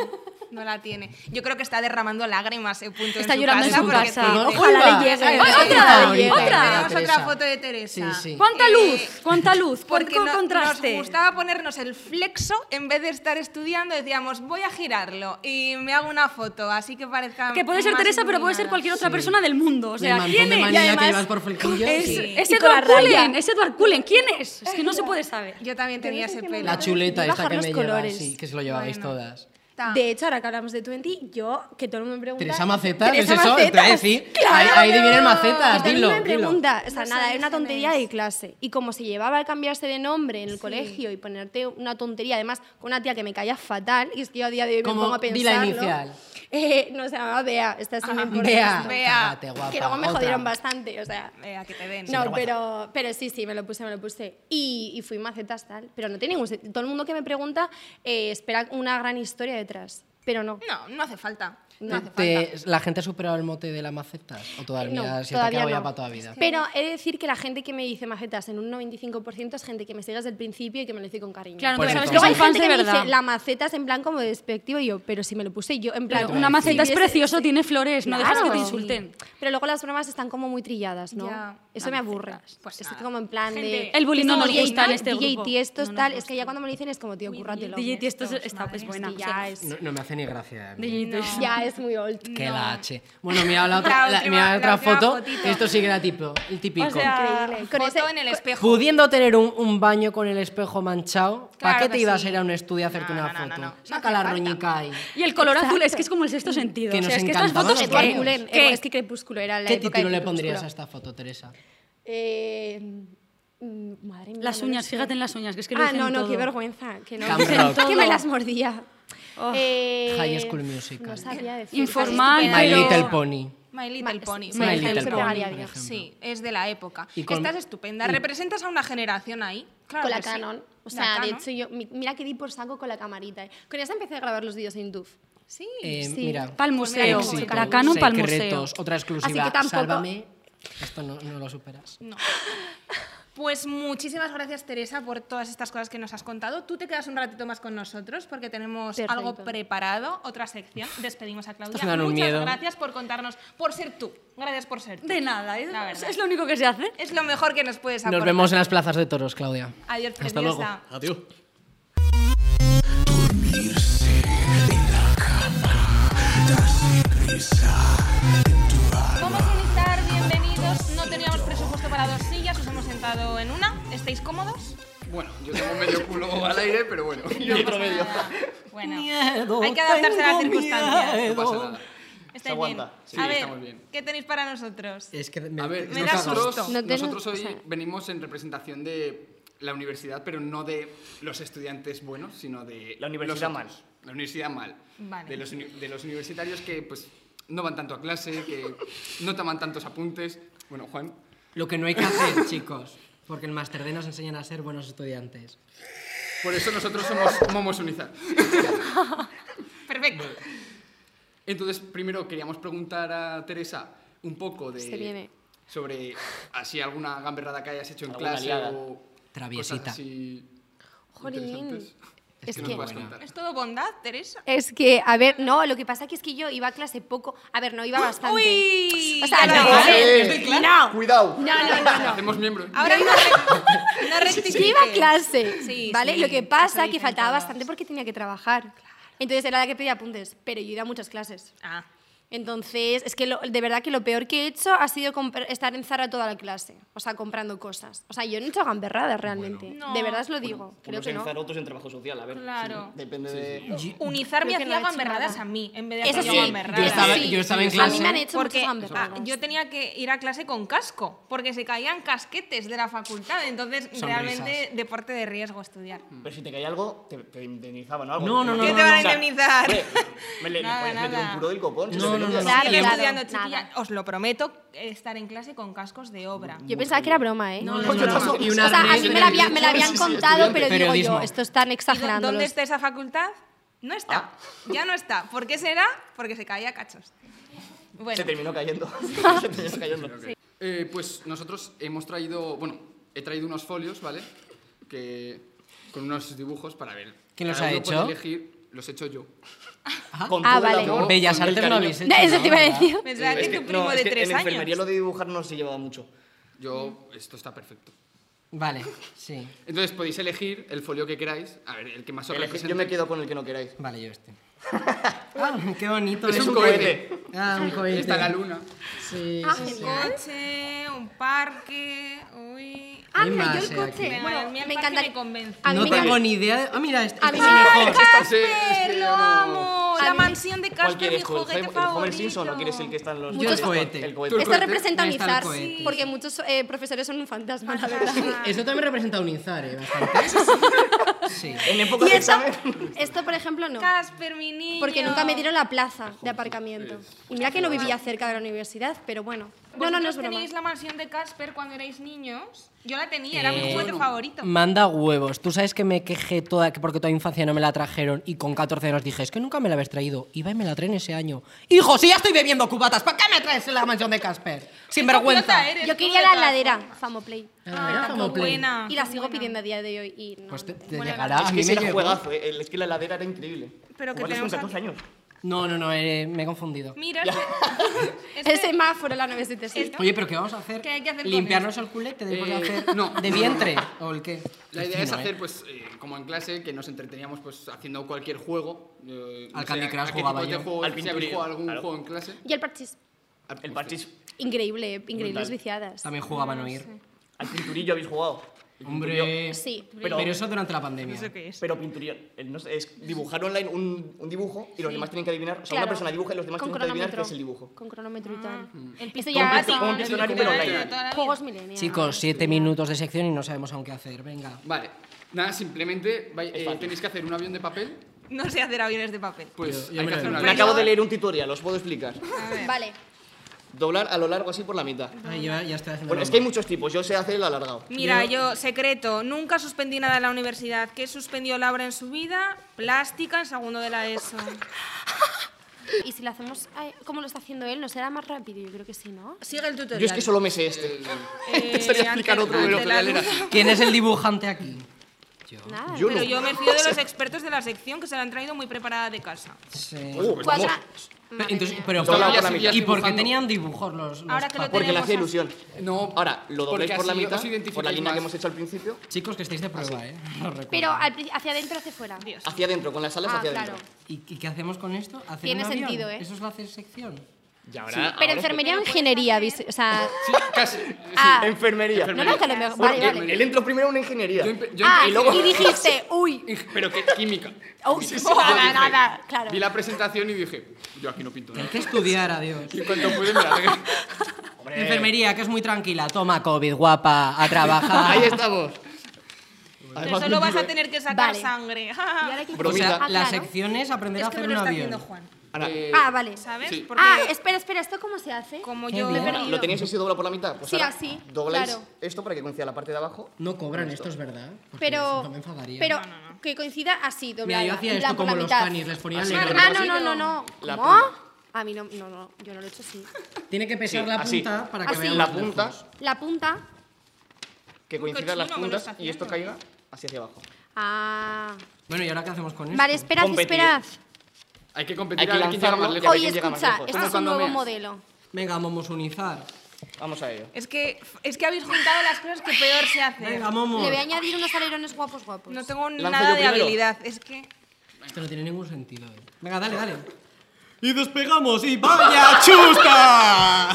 A: no la tiene. Yo creo que está derramando lágrimas, eh, punto.
E: Está
A: en su
E: llorando
A: casa
E: en su
A: porque
E: casa.
A: tiene-
E: Ojo,
C: Ojalá
B: Uy,
C: le llegue.
B: ay,
E: Otra,
B: ay,
E: otra,
B: ay,
E: otra.
B: ay,
A: Tenemos
B: Teresa.
A: otra foto de Teresa.
B: Sí, sí.
E: ¿Cuánta
A: Eh,
E: luz? ¿Cuánta luz?
A: Porque
E: ¿Cuánto
A: no-
E: contraste?
A: nos gustaba ponernos el flexo en vez de estar estudiando, decíamos, voy a girarlo y me hago una foto, así que parezca.
E: Que puede ser
A: más
E: Teresa, pero puede ser
A: iluminada.
E: cualquier otra persona del mundo. O
B: el
E: sea,
B: mantón
E: ¿quién
B: de
E: es?
B: manila
E: Y
B: que
E: además-
B: llevas por flequillo.
E: es,
B: sí.
E: es
C: Y con la
E: Edward
C: raya.
E: Cullen, es Edward Cullen. ¿Quién es? Es que no se puede saber.
A: Yo también tenía ese pelo.
B: La chuleta
C: Voy a
B: esta que
C: bajar
B: me
C: los
B: llevas,
C: colores.
B: sí, que se lo llevabais
A: Bueno.
B: todas.
A: Ta.
C: De hecho, ahora que hablamos de 20, yo, que todo el mundo me pregunta...
B: Teresa Macetas, ¿es
C: Teresa
B: eso? Te voy a
C: Macetas.
B: decir, ahí, ahí divinen macetas,
C: Y también
B: dilo,
C: me
B: dilo.
C: pregunta, o sea,
A: No
C: nada,
A: sabes
C: era una
A: quién
C: tontería
A: es.
C: de clase. Y como se llevaba a cambiarse de nombre en el colegio y ponerte una tontería, además, con una tía que me caía fatal, y es que yo a día de hoy
B: Como
C: me pongo a
B: di
C: pensarlo.
B: la inicial.
C: Eh, no, se llamaba Bea, esta sí me importa.
B: Vea,
A: Vea.
B: cágate, guapa,
C: Que luego me
B: otra.
C: jodieron bastante, o sea...
A: Eh, a que te den.
C: No, pero, pero sí, sí, me lo puse, me lo puse. Y, y fui macetas tal. Pero no tiene ningún sen- Todo el mundo que me pregunta eh, espera una gran historia detrás. Pero no.
A: No, no hace falta. No hace
B: Te-
A: falta.
B: ¿La gente ha superado el mote de las macetas? ¿O todavía
C: No,
B: se te ha
C: todavía
B: quedado ya
C: no.
B: para toda vida?
C: Pero he de decir que la gente que me dice macetas en un 95% es gente que me sigue desde el principio y que me lo dice con cariño.
E: Claro,
B: Pues
E: pero sabes que
C: Luego
E: son
C: hay
E: fans
C: gente
E: de
C: que me
E: verdad.
C: dice la macetas en plan como despectivo y yo, pero si me lo puse yo, en plan.
E: Pero una maceta es
C: si hubiese-
E: precioso, tiene flores, no dejas que
C: Claro.
E: te insulten.
C: Pero luego las bromas están como muy trilladas, ¿no?
A: Ya.
C: Eso me aburre.
A: Pues
C: es
A: nada.
C: como en plan de.
A: Gente,
E: El bullying no nos
C: DJ
E: gusta en
C: tal,
E: este
C: DJ
E: grupo.
C: tiestos,
E: No nos
C: tal. Es
E: gusta.
C: que ya cuando me lo dicen es como, tío, cúrratelo.
E: DJ esto
A: estos,
E: está, es
A: madre,
E: buena.
C: Y ya es.
B: No, no me hace hace ni gracia.
E: De Jenny Twist.
C: Ya es muy old.
B: Que la H. Bueno, mira la otra,
A: La
B: la-
A: última-
B: mira la
A: la
B: otra
A: última
B: foto.
A: fotito.
B: Esto sí que era tipo, el típico.
E: O sea,
C: Increíble.
A: Con
C: Con
A: foto
C: ese-
A: en el espejo.
B: Pudiendo tener un, un baño con el espejo manchado,
A: Claro
B: ¿para qué
A: que
B: te ibas
A: sí.
B: a ir a un estudio a hacerte
A: No,
B: una
A: no, no,
B: foto?
A: no, no. No
B: Saca
A: hace
B: la
A: falta.
B: roñica ahí.
E: y el color azul es que es como el sexto sentido.
B: Que
E: o sea,
B: nos
E: es que estas
B: encantaban
E: fotos
B: los
E: que-
B: colores.
C: Crepúsculo,
E: que-
C: Es que Crepúsculo era la
B: ¿Qué
C: época de
B: título le
C: Crepúsculo.
B: pondrías a esta foto, Teresa?
C: Eh, mm, madre mía.
E: Las
C: no lo
E: uñas,
C: sé.
E: fíjate en las uñas, que es que lo
C: Ah,
E: dicen
C: no, no,
E: todo.
C: qué vergüenza. Que no.
B: Cam
C: dicen
B: rock.
C: Que me las mordía.
E: Oh.
C: Eh,
B: High School Musical.
C: No sabía decir.
E: Informal,
A: Así
B: My
A: Pero-
B: Little Pony.
A: My Little
C: Ma-
A: Pony.
C: sí, My
B: Little Pony, por ejemplo.
A: Sí, es de la época.
B: Y con-
A: Estás estupenda. Representas a una generación ahí. Claro
C: con la
A: que sí.
C: Canon. O
A: La
C: sea, de
A: Canon.
C: hecho, yo, mi- mira que di por saco con la camarita. eh. Con esa empecé a grabar los vídeos en YouTube.
A: Sí.
B: Eh,
C: Sí.
B: Mira,
E: Pa'l
A: Pues mira,
E: museo.
A: como
B: éxitos,
E: la Canon pa'l museo.
B: secretos, Otra exclusiva.
C: Así que tampoco-
B: Sálvame. Esto no, no lo superas.
A: No. Pues muchísimas gracias Teresa por todas estas cosas que nos has contado. Tú te quedas un ratito más con nosotros porque tenemos
C: Perfecto.
A: algo preparado, otra sección. Despedimos a Claudia.
B: Estos me dan un
A: Muchas
B: miedo.
A: gracias por contarnos, por ser tú. Gracias por ser tú.
E: De nada, es,
A: La verdad.
E: es lo único que se hace.
A: Es lo mejor que nos puedes aportar.
B: Nos vemos en las plazas de toros, Claudia.
A: Adiós,
B: Hasta
A: preciosa.
B: luego.
D: Adiós.
A: Vamos a iniciar, bienvenidos. No teníamos presupuesto para dos sillas, os hemos sentado en una. ¿Estáis cómodos?
F: Bueno, yo tengo medio culo al aire, pero bueno.
A: otro medio. Bueno, hay que adaptarse a las circunstancias.
F: No pasa nada.
A: Estáis
F: aguanta.
A: bien.
F: Sí,
A: a ver,
F: estamos bien. Eh,
A: ¿qué tenéis para nosotros?
B: Es que
F: A ver,
A: Me
B: no
A: da
B: cago.
F: nosotros,
A: susto.
C: No tengo-
F: nosotros hoy
C: o sea-
F: venimos en representación de la universidad, pero no de los estudiantes buenos, sino de
G: La universidad
F: los otros. La universidad mal.
A: Vale.
F: De, los, uni- de los universitarios que pues no van tanto a clase, que no toman tantos apuntes. Bueno, Juan,
B: Lo que no hay que hacer, chicos. Porque el máster D nos enseñan a ser buenos estudiantes.
F: por eso nosotros somos momos unizar.
A: Perfecto.
F: Entonces, primero queríamos preguntar a Teresa un poco de
C: Se viene.
F: sobre así alguna gamberrada que hayas hecho en
G: Alguna
F: clase
G: liada.
F: o
B: Traviesita.
F: cosas así
C: Jolín.
F: interesantes
C: Es
F: nos
C: que-
F: puedas
B: Buena.
F: contar.
A: ¿Es todo bondad, Teresa?
C: Es que, a ver, no, lo que pasa que es que yo iba a clase poco. A ver, no iba bastante.
A: ¡Uy!
C: O sea,
A: Ya lo
C: no,
A: sé.
C: eh,
A: ¿Estoy clara?
G: Cuidado.
C: No, no, no, no.
F: Hacemos miembro.
C: Ah.
A: Ahora no, re- no rectifiques.
C: Yo iba a clase,
A: Sí,
C: ¿vale?
A: sí,
C: lo que
A: eso
C: pasa
A: dicen
C: que faltaba
A: todos.
C: bastante porque tenía que trabajar. Entonces era la que pedía apuntes, pero yo iba a muchas clases.
A: Ah,
C: Entonces, es que lo- de verdad que lo peor que he hecho ha sido compr- estar en Zara toda la clase, o sea, comprando cosas. O sea, yo no he hecho gamberradas realmente.
A: Bueno. No.
C: De verdad os lo digo, creo
G: Unos
C: que
G: en
C: no.
G: Zara, otros en trabajo social, a ver.
A: Claro.
G: sí, Depende de...
B: Yo-
A: Unizar me
C: Creo que no
A: hacía
C: he hecho
A: gamberradas
C: nada.
A: a mí en vez de
C: Eso
A: hacer
C: sí,
A: yo gamberradas.
B: yo estaba-
C: sí.
B: yo estaba en
C: A
B: clase.
C: mí me han hecho
A: porque
C: muchas
A: ah,
C: gamberradas.
A: yo tenía que ir a clase con casco, porque se caían casquetes de la facultad, entonces
B: Sonrisas.
A: realmente deporte de riesgo estudiar.
G: Pero si te caía algo, te, te indemnizaban o algo.
B: No, no, no, ¿Qué no,
A: te no, van a
G: O sea, eh,
A: indemnizar?
G: hombre, Me le
A: Nada,
G: podías meter
A: nada.
G: un puro del copón.
B: No, no, no.
A: Sigue
C: Claro, claro,
A: estudiando,
C: nada.
A: chiquilla, os lo prometo, estar en clase con cascos de obra.
C: Yo pensaba que era broma, ¿eh?
B: No, no,
G: Pues yo
B: no, no.
G: tampoco.
B: Y una
C: O sea, a
B: red
C: mí
B: de
C: me la, había- me la
B: periodismo.
C: habían contado, pero digo
B: Periodismo.
C: yo, esto están
A: ¿Y dó-
C: exagerando.
A: ¿Dónde
C: los-
A: está esa facultad? No
G: Ah.
A: está, ya no está. ¿Por qué será? Porque se caía a cachos. Bueno,
G: Se terminó cayendo. Se terminó cayendo.
F: Eh, pues nosotros hemos traído, bueno, he traído unos folios, ¿vale? Que con unos dibujos para ver.
B: ¿Quién los
F: Cada
B: ha
F: uno puede
B: hecho?
F: elegir, los he hecho yo.
G: Con
C: Ah,
G: todo el
C: vale.
G: amor,
B: Bellas
G: con el
B: Artes no
G: cariño.
B: habéis hecho.
C: No, eso te iba a
B: nada.
C: decir.
A: pensaba que
G: Es que-
A: tu primo
G: no,
A: de
G: es que
A: tres
G: en enfermería lo
A: años.
G: de dibujar no se llevaba mucho.
F: Yo,
C: Mm.
F: esto está perfecto.
B: Vale, sí.
F: Entonces podéis elegir el folio que queráis, a ver, el que más os
G: Elegid-
F: represente.
G: Yo me quedo con el que no queráis.
B: Vale, yo este. Ah, qué bonito.
F: Es
B: esto.
F: un cohete.
B: Ah, un cohete.
F: Está la luna.
B: Sí,
C: Ah,
B: sí, sí.
A: Un coche, un parque, uy.
C: Ah,
B: Hay
C: mira, yo
B: más,
C: el
B: eh,
C: coche.
B: aquí.
A: Venga, a
C: Bueno,
A: mí
C: me
A: el parque
C: encanta.
A: me convence.
C: A mí
B: no
C: me
B: tengo
C: encanta-
B: ni idea. Ah, mira, este,
C: A
B: este
C: mí
B: es
C: me
B: mejor.
F: Este-
G: Ah,
A: ¡Casper,
F: este
A: lo
F: yo no-
A: amo!
C: A
A: La
C: mí-
A: mansión de
G: ¿Cuál
A: Casper, mi
G: quieres tú? ¿El,
A: juguete
G: Homer- el Homer
A: favorito.
G: Simpson o quieres el que está en los...
C: Muchos-
G: el
B: cohete.
G: El
F: Tú el
C: Esto
F: cohete.
C: representa
B: Ahí está el
C: unizar,
B: cohete.
C: sí, porque muchos eh, profesores son un fantasma, la verdad.
B: Esto también representa unizar, ¿eh? Bastante. Sí.
G: En época
C: Y
G: de
C: esto,
G: examen...
C: esto, por ejemplo, no.
A: Casper, mi niño.
C: Porque nunca me dieron la plaza de aparcamiento. Y mira que no vivía cerca de la universidad, pero bueno. No, no, no es
A: ¿Vosotros
C: broma.
A: tenéis la mansión de Casper cuando erais niños? Yo la tenía, era
G: Eh,
A: mi juguete favorito.
G: Mm.
B: Manda huevos. Tú sabes que me quejé toda, que porque toda infancia no me la trajeron y con 14 años dije, es que nunca me la habéis traído. Iba y me la traen ese año. Hijo, si ya estoy bebiendo cubatas, ¿para qué me traes en la mansión de Casper? Sin vergüenza.
A: Idiota eres,
C: Yo
A: tú,
C: quería
A: de
C: la
A: todas
C: heladera,
A: formas.
C: Famoplay.
B: Ah, era
A: Ah, qué
B: Famoplay.
A: buena.
C: Y la
A: qué
C: sigo
A: buena.
C: pidiendo a día de hoy y no.
B: Pues te, te
A: Buena
B: llegará.
G: Es
B: a
G: que
B: mí
G: ese
B: me
G: era
B: llegó.
G: juegazo, eh, el- es que la heladera era increíble.
A: Pero que
G: Jugarlas con
A: tenemos
G: 14
A: aquí-
G: años.
B: No, no, no, eh, me he confundido.
A: Mira, este-
C: El
A: este-
C: semáforo, la 977.
B: Oye, pero ¿qué vamos a hacer?
A: ¿Qué hay que hacer con
B: ¿Limpiarnos el culete después de
F: Eh,
B: hacer
F: no.
B: de vientre? ¿O el qué?
F: La
B: Qué
F: idea es
B: fino, ¿eh?
F: hacer, pues, eh, como en clase, que nos entreteníamos pues, haciendo cualquier juego. eh, no
B: Al
F: sé,
B: Candy
F: a-
B: Crush
F: a qué
B: jugaba
F: tipo de
B: yo.
F: juegos-
G: Al
F: si habéis
G: pinturillo,
F: jugado algún
G: claro.
F: juego en clase.
C: Y el parchís.
G: El parchis.
C: Increíble, increíbles
G: Brutal.
C: viciadas.
B: También jugaban a oír.
G: Al pinturillo habéis jugado. El pinturillo.
B: Hombre.
C: Sí.
B: Pero, eso durante la pandemia.
A: ¿Eso qué es?
G: Pero pinturillo. eh, no sé, es dibujar online un, un dibujo y los demás tienen que adivinar. O sea,
C: Claro.
G: una persona dibuja y los demás
C: Con
G: tienen que adivinar qué
C: cronómetro.
G: es el dibujo.
C: Con cronómetro y tal.
A: El
C: Eso
A: pito
C: ya
G: Con-
C: son
G: con un diccionario, pero online.
C: juegos mileniales.
B: Chicos, siete minutos de sección y no sabemos aún qué hacer. Venga.
F: Vale. Nada, simplemente vai- eh,
G: fácil.
F: tenéis que hacer un avión de papel.
A: No sé hacer aviones de papel.
F: Pues
B: Yo- yo
F: hay
B: me lo
F: que hacer un
B: invento.
G: Me
F: avión.
G: acabo de leer un tutorial, os puedo explicar.
C: Vale.
G: Doblar a lo largo así por la mitad.
B: Ay, yo ya estoy haciendo.
G: Bueno, es que hay muchos tipos, yo sé hacer el alargado.
A: Mira, yo, secreto, nunca suspendí nada en la universidad. ¿Qué suspendió Laura en su vida? Plástica en segundo de la ESO.
C: Y si lo hacemos ay, como lo está haciendo él, nos será más rápido. Yo creo que sí, ¿no?
A: Sigue el tutorial.
G: Yo es que solo me sé este.
A: Eh,
G: Sería explicar
A: ante-
G: otro de lo
A: ante
G: que
A: la
G: ya le
A: luz.
B: ¿Quién es el dibujante aquí?
C: Nada.
G: Yo
A: Pero
G: no.
A: yo me fío de los expertos de la sección que se la han traído muy preparada de casa.
B: Sí.
G: Uh, estamos-
C: Cuatro.
B: Pero, entonces, pero
G: Doblado
B: ¿por-
G: por la
B: ¿Y por
G: mitad.
B: qué
F: Dibujando.
B: tenían dibujos los, los
A: Ahora que lo
B: papás?
G: porque le hacía
A: Tenemos
G: ilusión.
F: No,
G: Ahora, lo dobláis
F: porque
G: por la
F: así
G: mitad,
F: os identificáis
G: por la línea que
F: más.
G: hemos hecho al principio,
B: Chicos, que estáis de prueba, ¿eh? Os recuerdo.
A: ah,
C: Pero al pri- hacia adentro hacia fuera.
A: Dios.
G: hacia adentro, con las alas
C: Ah,
G: hacia
C: claro.
G: adentro.
B: ¿Y, y qué hacemos con esto? ¿Hacer
C: Tiene
B: un avión?
C: sentido, ¿eh?
B: ¿Eso es la hacer sección?
G: Y ahora,
C: Pero enfermería o ingeniería, ¿viste? o sea...
F: Sí, casi. sí.
C: Ah.
G: Enfermería.
C: No, no, que lo mejor...
G: Porque
C: Vale, vale.
G: Él entró primero en una ingeniería.
F: Yo empe- yo
C: Ah,
F: empe-
C: y,
G: y luego-
C: dijiste, uy,
F: Ing- Pero qué química.
C: oh, sí, sí,
F: Yo
C: nada,
F: dije-
C: nada, claro.
F: Vi la presentación y dije, yo aquí no pinto
B: Hay
F: nada.
B: que estudiar, adiós.
F: Y cuando pude me largué.
G: Hombre,
B: Enfermería, que es muy tranquila. Toma COVID, guapa, a trabajar.
G: Ahí estamos.
A: Pero solo vas a tener que sacar
C: Vale.
A: sangre.
C: ¿Y ahora qué
G: Bro-
B: O sea,
C: Ah,
B: la
C: claro.
B: sección es aprender
A: es
B: a
A: que
B: hacer
A: me lo
B: un
A: está
B: avión.
A: haciendo Juan.
G: Ahora,
F: Eh,
C: Ah, vale.
A: ¿Sabes?
F: Sí.
A: Porque
C: Ah, espera, espera, ¿¿esto cómo se hace?
A: como
B: Qué
A: yo...
B: bien.
C: perdido.
G: lo teníais así doblado por la mitad. Pues
C: Sí,
G: ahora
C: así,
G: Dobláis
C: claro.
G: esto para que coincida la parte de abajo.
B: No cobran esto, es verdad. Porque
C: Pero,
B: No me enfadaría.
C: pero que coincida así, doblada.
B: Mira, yo hacía
C: en plan
B: esto
C: por la
B: como los
C: mitad.
B: canis, les ponía
G: Así,
C: Ah,
B: negro.
C: ah,
G: así.
C: no, no, no, no.
G: La
C: ¿Cómo?
G: punta.
C: A mí no, no, no, yo no lo he hecho así.
B: Tiene que pesar
G: Sí,
B: la
G: así.
B: punta para que
C: Así.
B: vean
G: La
B: los
G: punta.
B: dibujos.
C: La punta.
G: Que coincidan
A: cochino
G: las
A: me lo
G: puntas
A: está
G: y esto
A: haciendo.
G: caiga así hacia abajo.
C: Ah.
B: Bueno, ¿y ahora qué hacemos con esto?
C: Vale, esperad,
G: Competir.
C: esperad.
F: Hay que
G: Hay
F: competir
G: que
F: a ver quién llega
G: lanzarlo.
F: más lejos.
G: ver
C: Oye,
G: quién llega más
C: escucha,
G: lejos.
C: este
F: Como
C: es un
F: cuando
C: nuevo
F: meas.
C: modelo.
B: Venga, momosunizar.
G: Vamos a ello.
A: Es que, es que habéis juntado las cosas que peor se hacen.
B: Venga, momo.
C: Le voy a añadir unos alerones guapos
B: Pues,
C: guapos.
A: No tengo
G: Lanzo
A: nada
G: yo
A: de
G: primero.
A: habilidad. Es que...
B: Esto no tiene ningún sentido. eh. Venga, dale, dale. Y despegamos y vaya chusta.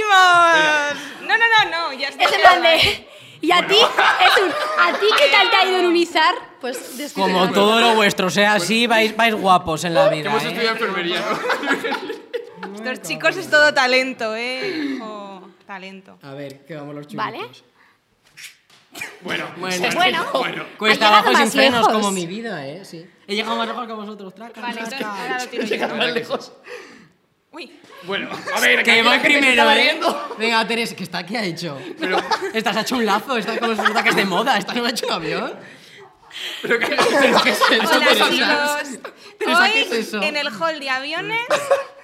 A: ¡Lejísimos! No, no, no, no. Ya está.
C: Es en plan Este de... Y a ti, es un, a ti qué tal te ha ido en unizar, pues después.
B: Como todo lo vuestro sea así, vais, vais guapos en la
F: Que
B: vida.
F: hemos
B: ¿eh?
F: estudiado enfermería, ¿no?
A: Estos chicos es todo talento, ¿eh? Jo, talento.
B: A ver, que vamos los chulitos.
C: Vale.
F: Bueno,
B: Bueno,
C: Bueno,
B: cuesta
C: ha llegado
B: abajo y sin
C: más
B: frenos
C: lejos.
B: como mi vida, ¿eh? Sí. He llegado más lejos que vosotros, traca.
A: Vale, entonces
B: traca.
A: ahora lo tiro yo.
G: Llega más lejos.
A: Uy,
F: bueno. A ver,
B: Que
F: aquí
B: voy
F: la gente
B: primero,
F: está
B: ¿eh?
F: riendo.
B: Venga, Teresa, que está, ¿qué ha hecho?
F: Pero,
B: Estás hecho un lazo, está como se nota que es de moda, está no ha hecho un avión.
F: pero que...
B: Pero ¿qué es eso?
A: hola
B: Pero-
A: chicos.
B: ¿Pero
A: Hoy
B: qué es eso?
A: en el hall de aviones,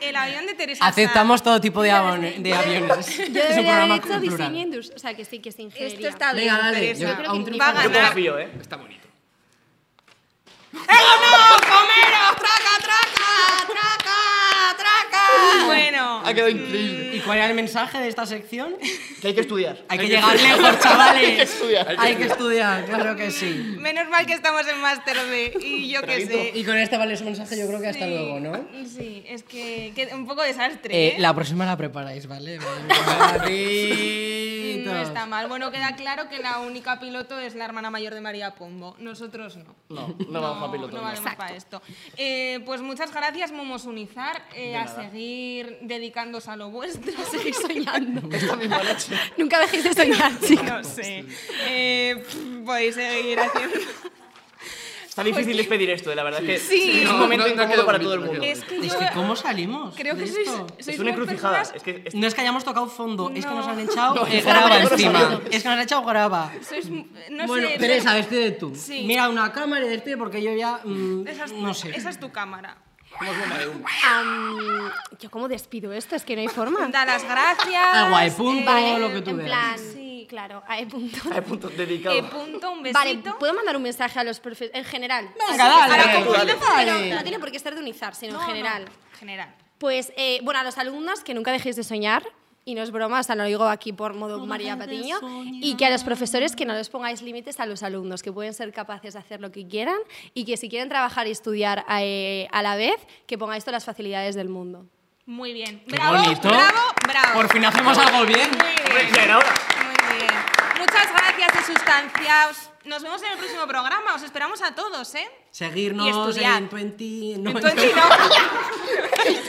A: el avión de Teresa. Sanz.
B: Aceptamos todo tipo de, avon- de aviones.
C: Yo
B: Es un
C: debería haber
B: programa
C: hecho
B: plural.
C: diseño industrial. O sea, que sí, que es ingeniería.
A: Esto está bien,
B: Venga, dale, yo
A: Teresa.
B: creo que aún
A: Va a
B: triunfará.
G: Yo
A: ganar.
G: confío, ¿eh?
F: Está bonito.
A: ¡Eh, Bueno,
G: Ha quedado increíble.
B: ¿Y cuál era el mensaje de esta sección?
G: Que hay que estudiar.
B: Hay que llegar lejos, chavales.
G: Hay que estudiar.
B: Hay que estudiar, claro que sí.
A: menos mal que estamos en Master B. Y yo qué sé.
B: Y con este vale su mensaje, yo creo que hasta
A: Sí,
B: luego, ¿no?
A: Sí, es que, que un poco desastre.
B: Eh,
A: ¿eh?
B: la próxima la preparáis, ¿vale? Vale,
A: No está mal. Bueno, queda claro que la única piloto es la hermana mayor de María Pombo. Nosotros no.
G: No, no vamos a piloto.
A: No
G: no.
A: valemos para esto. Eh, pues muchas gracias, Momos Unizar. eh, a seguir dedicándose a lo vuestro.
C: Seguir soñando. Nunca dejéis de soñar, chicos.
A: No sé. Eh, pff, podéis seguir haciendo.
G: Está difícil despedir esto, eh, la verdad. es que
A: Sí.
G: Es
F: No,
G: un momento
F: no, no ha
G: incómodo
F: quedado
G: para
F: bonito,
G: todo el
F: no ha
G: mundo.
A: Es que
B: Es
A: yo
B: que, ¿cómo salimos?
A: creo
B: de
A: que sois,
B: esto?
A: sois
G: Es
A: muy
G: una encrucijada.
A: personas-
G: Es que es-
B: No es que hayamos tocado fondo, es que nos
A: No.
B: han echado eh,
G: no,
B: graba
G: no, no,
B: encima.
G: no.
B: Es que nos han echado graba.
A: sois mu- no
B: bueno,
A: sé,
B: Teresa, despide tú.
A: Sí.
B: Mira una cámara y despide porque yo ya. mm,
A: esa es-
B: no sé.
A: Esa es tu cámara.
F: Somos bomba de humo.
C: Am, ¿Yo cómo despido esto? Es que no hay forma.
A: Da las gracias.
B: Agua de punto,
A: eh,
B: lo que tú
C: en
B: veas.
C: plan,
A: Sí, Sí, claro, a E punto.
G: Hay puntos dedicados.
A: E punto, un
C: Vale,
A: besito.
C: ¿puedo mandar un mensaje a los profesores? En general.
D: Venga,
C: Así que-
D: dale,
C: a la comunidad,
G: dale.
C: pero no tiene por qué ser de unizar, sino
A: No,
C: en
A: no,
C: general.
A: general.
C: Pues, eh, bueno, a los alumnos que nunca dejéis de soñar, y no es broma, o sea, no lo digo aquí por modo María Patiño, y que a los profesores que no les pongáis límites a los alumnos, que pueden ser capaces de hacer lo que quieran y que si quieren trabajar y estudiar eh, a la vez, que pongáis todas las facilidades del mundo.
A: Muy bien.
B: Qué
A: Bravo,
B: bonito.
A: bravo, bravo.
B: Por fin hacemos algo bien.
A: Muy bien.
G: Ya era hora.
A: Muy bien. Muchas gracias de sustancias. Nos vemos en el próximo programa. Os esperamos a todos, ¿eh? Y
B: Seguirnos
A: estudiar.
B: en 20... no,
A: En
B: en
A: 20 no.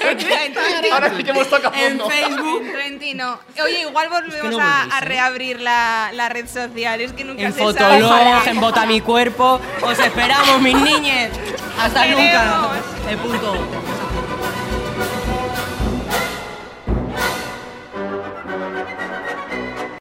A: En 20
G: Ahora sí que hemos tocado
B: En
G: fondo.
B: Facebook.
A: En 20 no. Oye, igual volvemos
B: no
A: a,
B: volvéis,
A: a
B: ¿eh?
A: reabrir la, la red social. Es que nunca
B: En
A: se sabe.
B: Fotolog, en Bota Mi Cuerpo. Os esperamos, mis niñes. Hasta nunca.
A: Queremos.
B: De punto.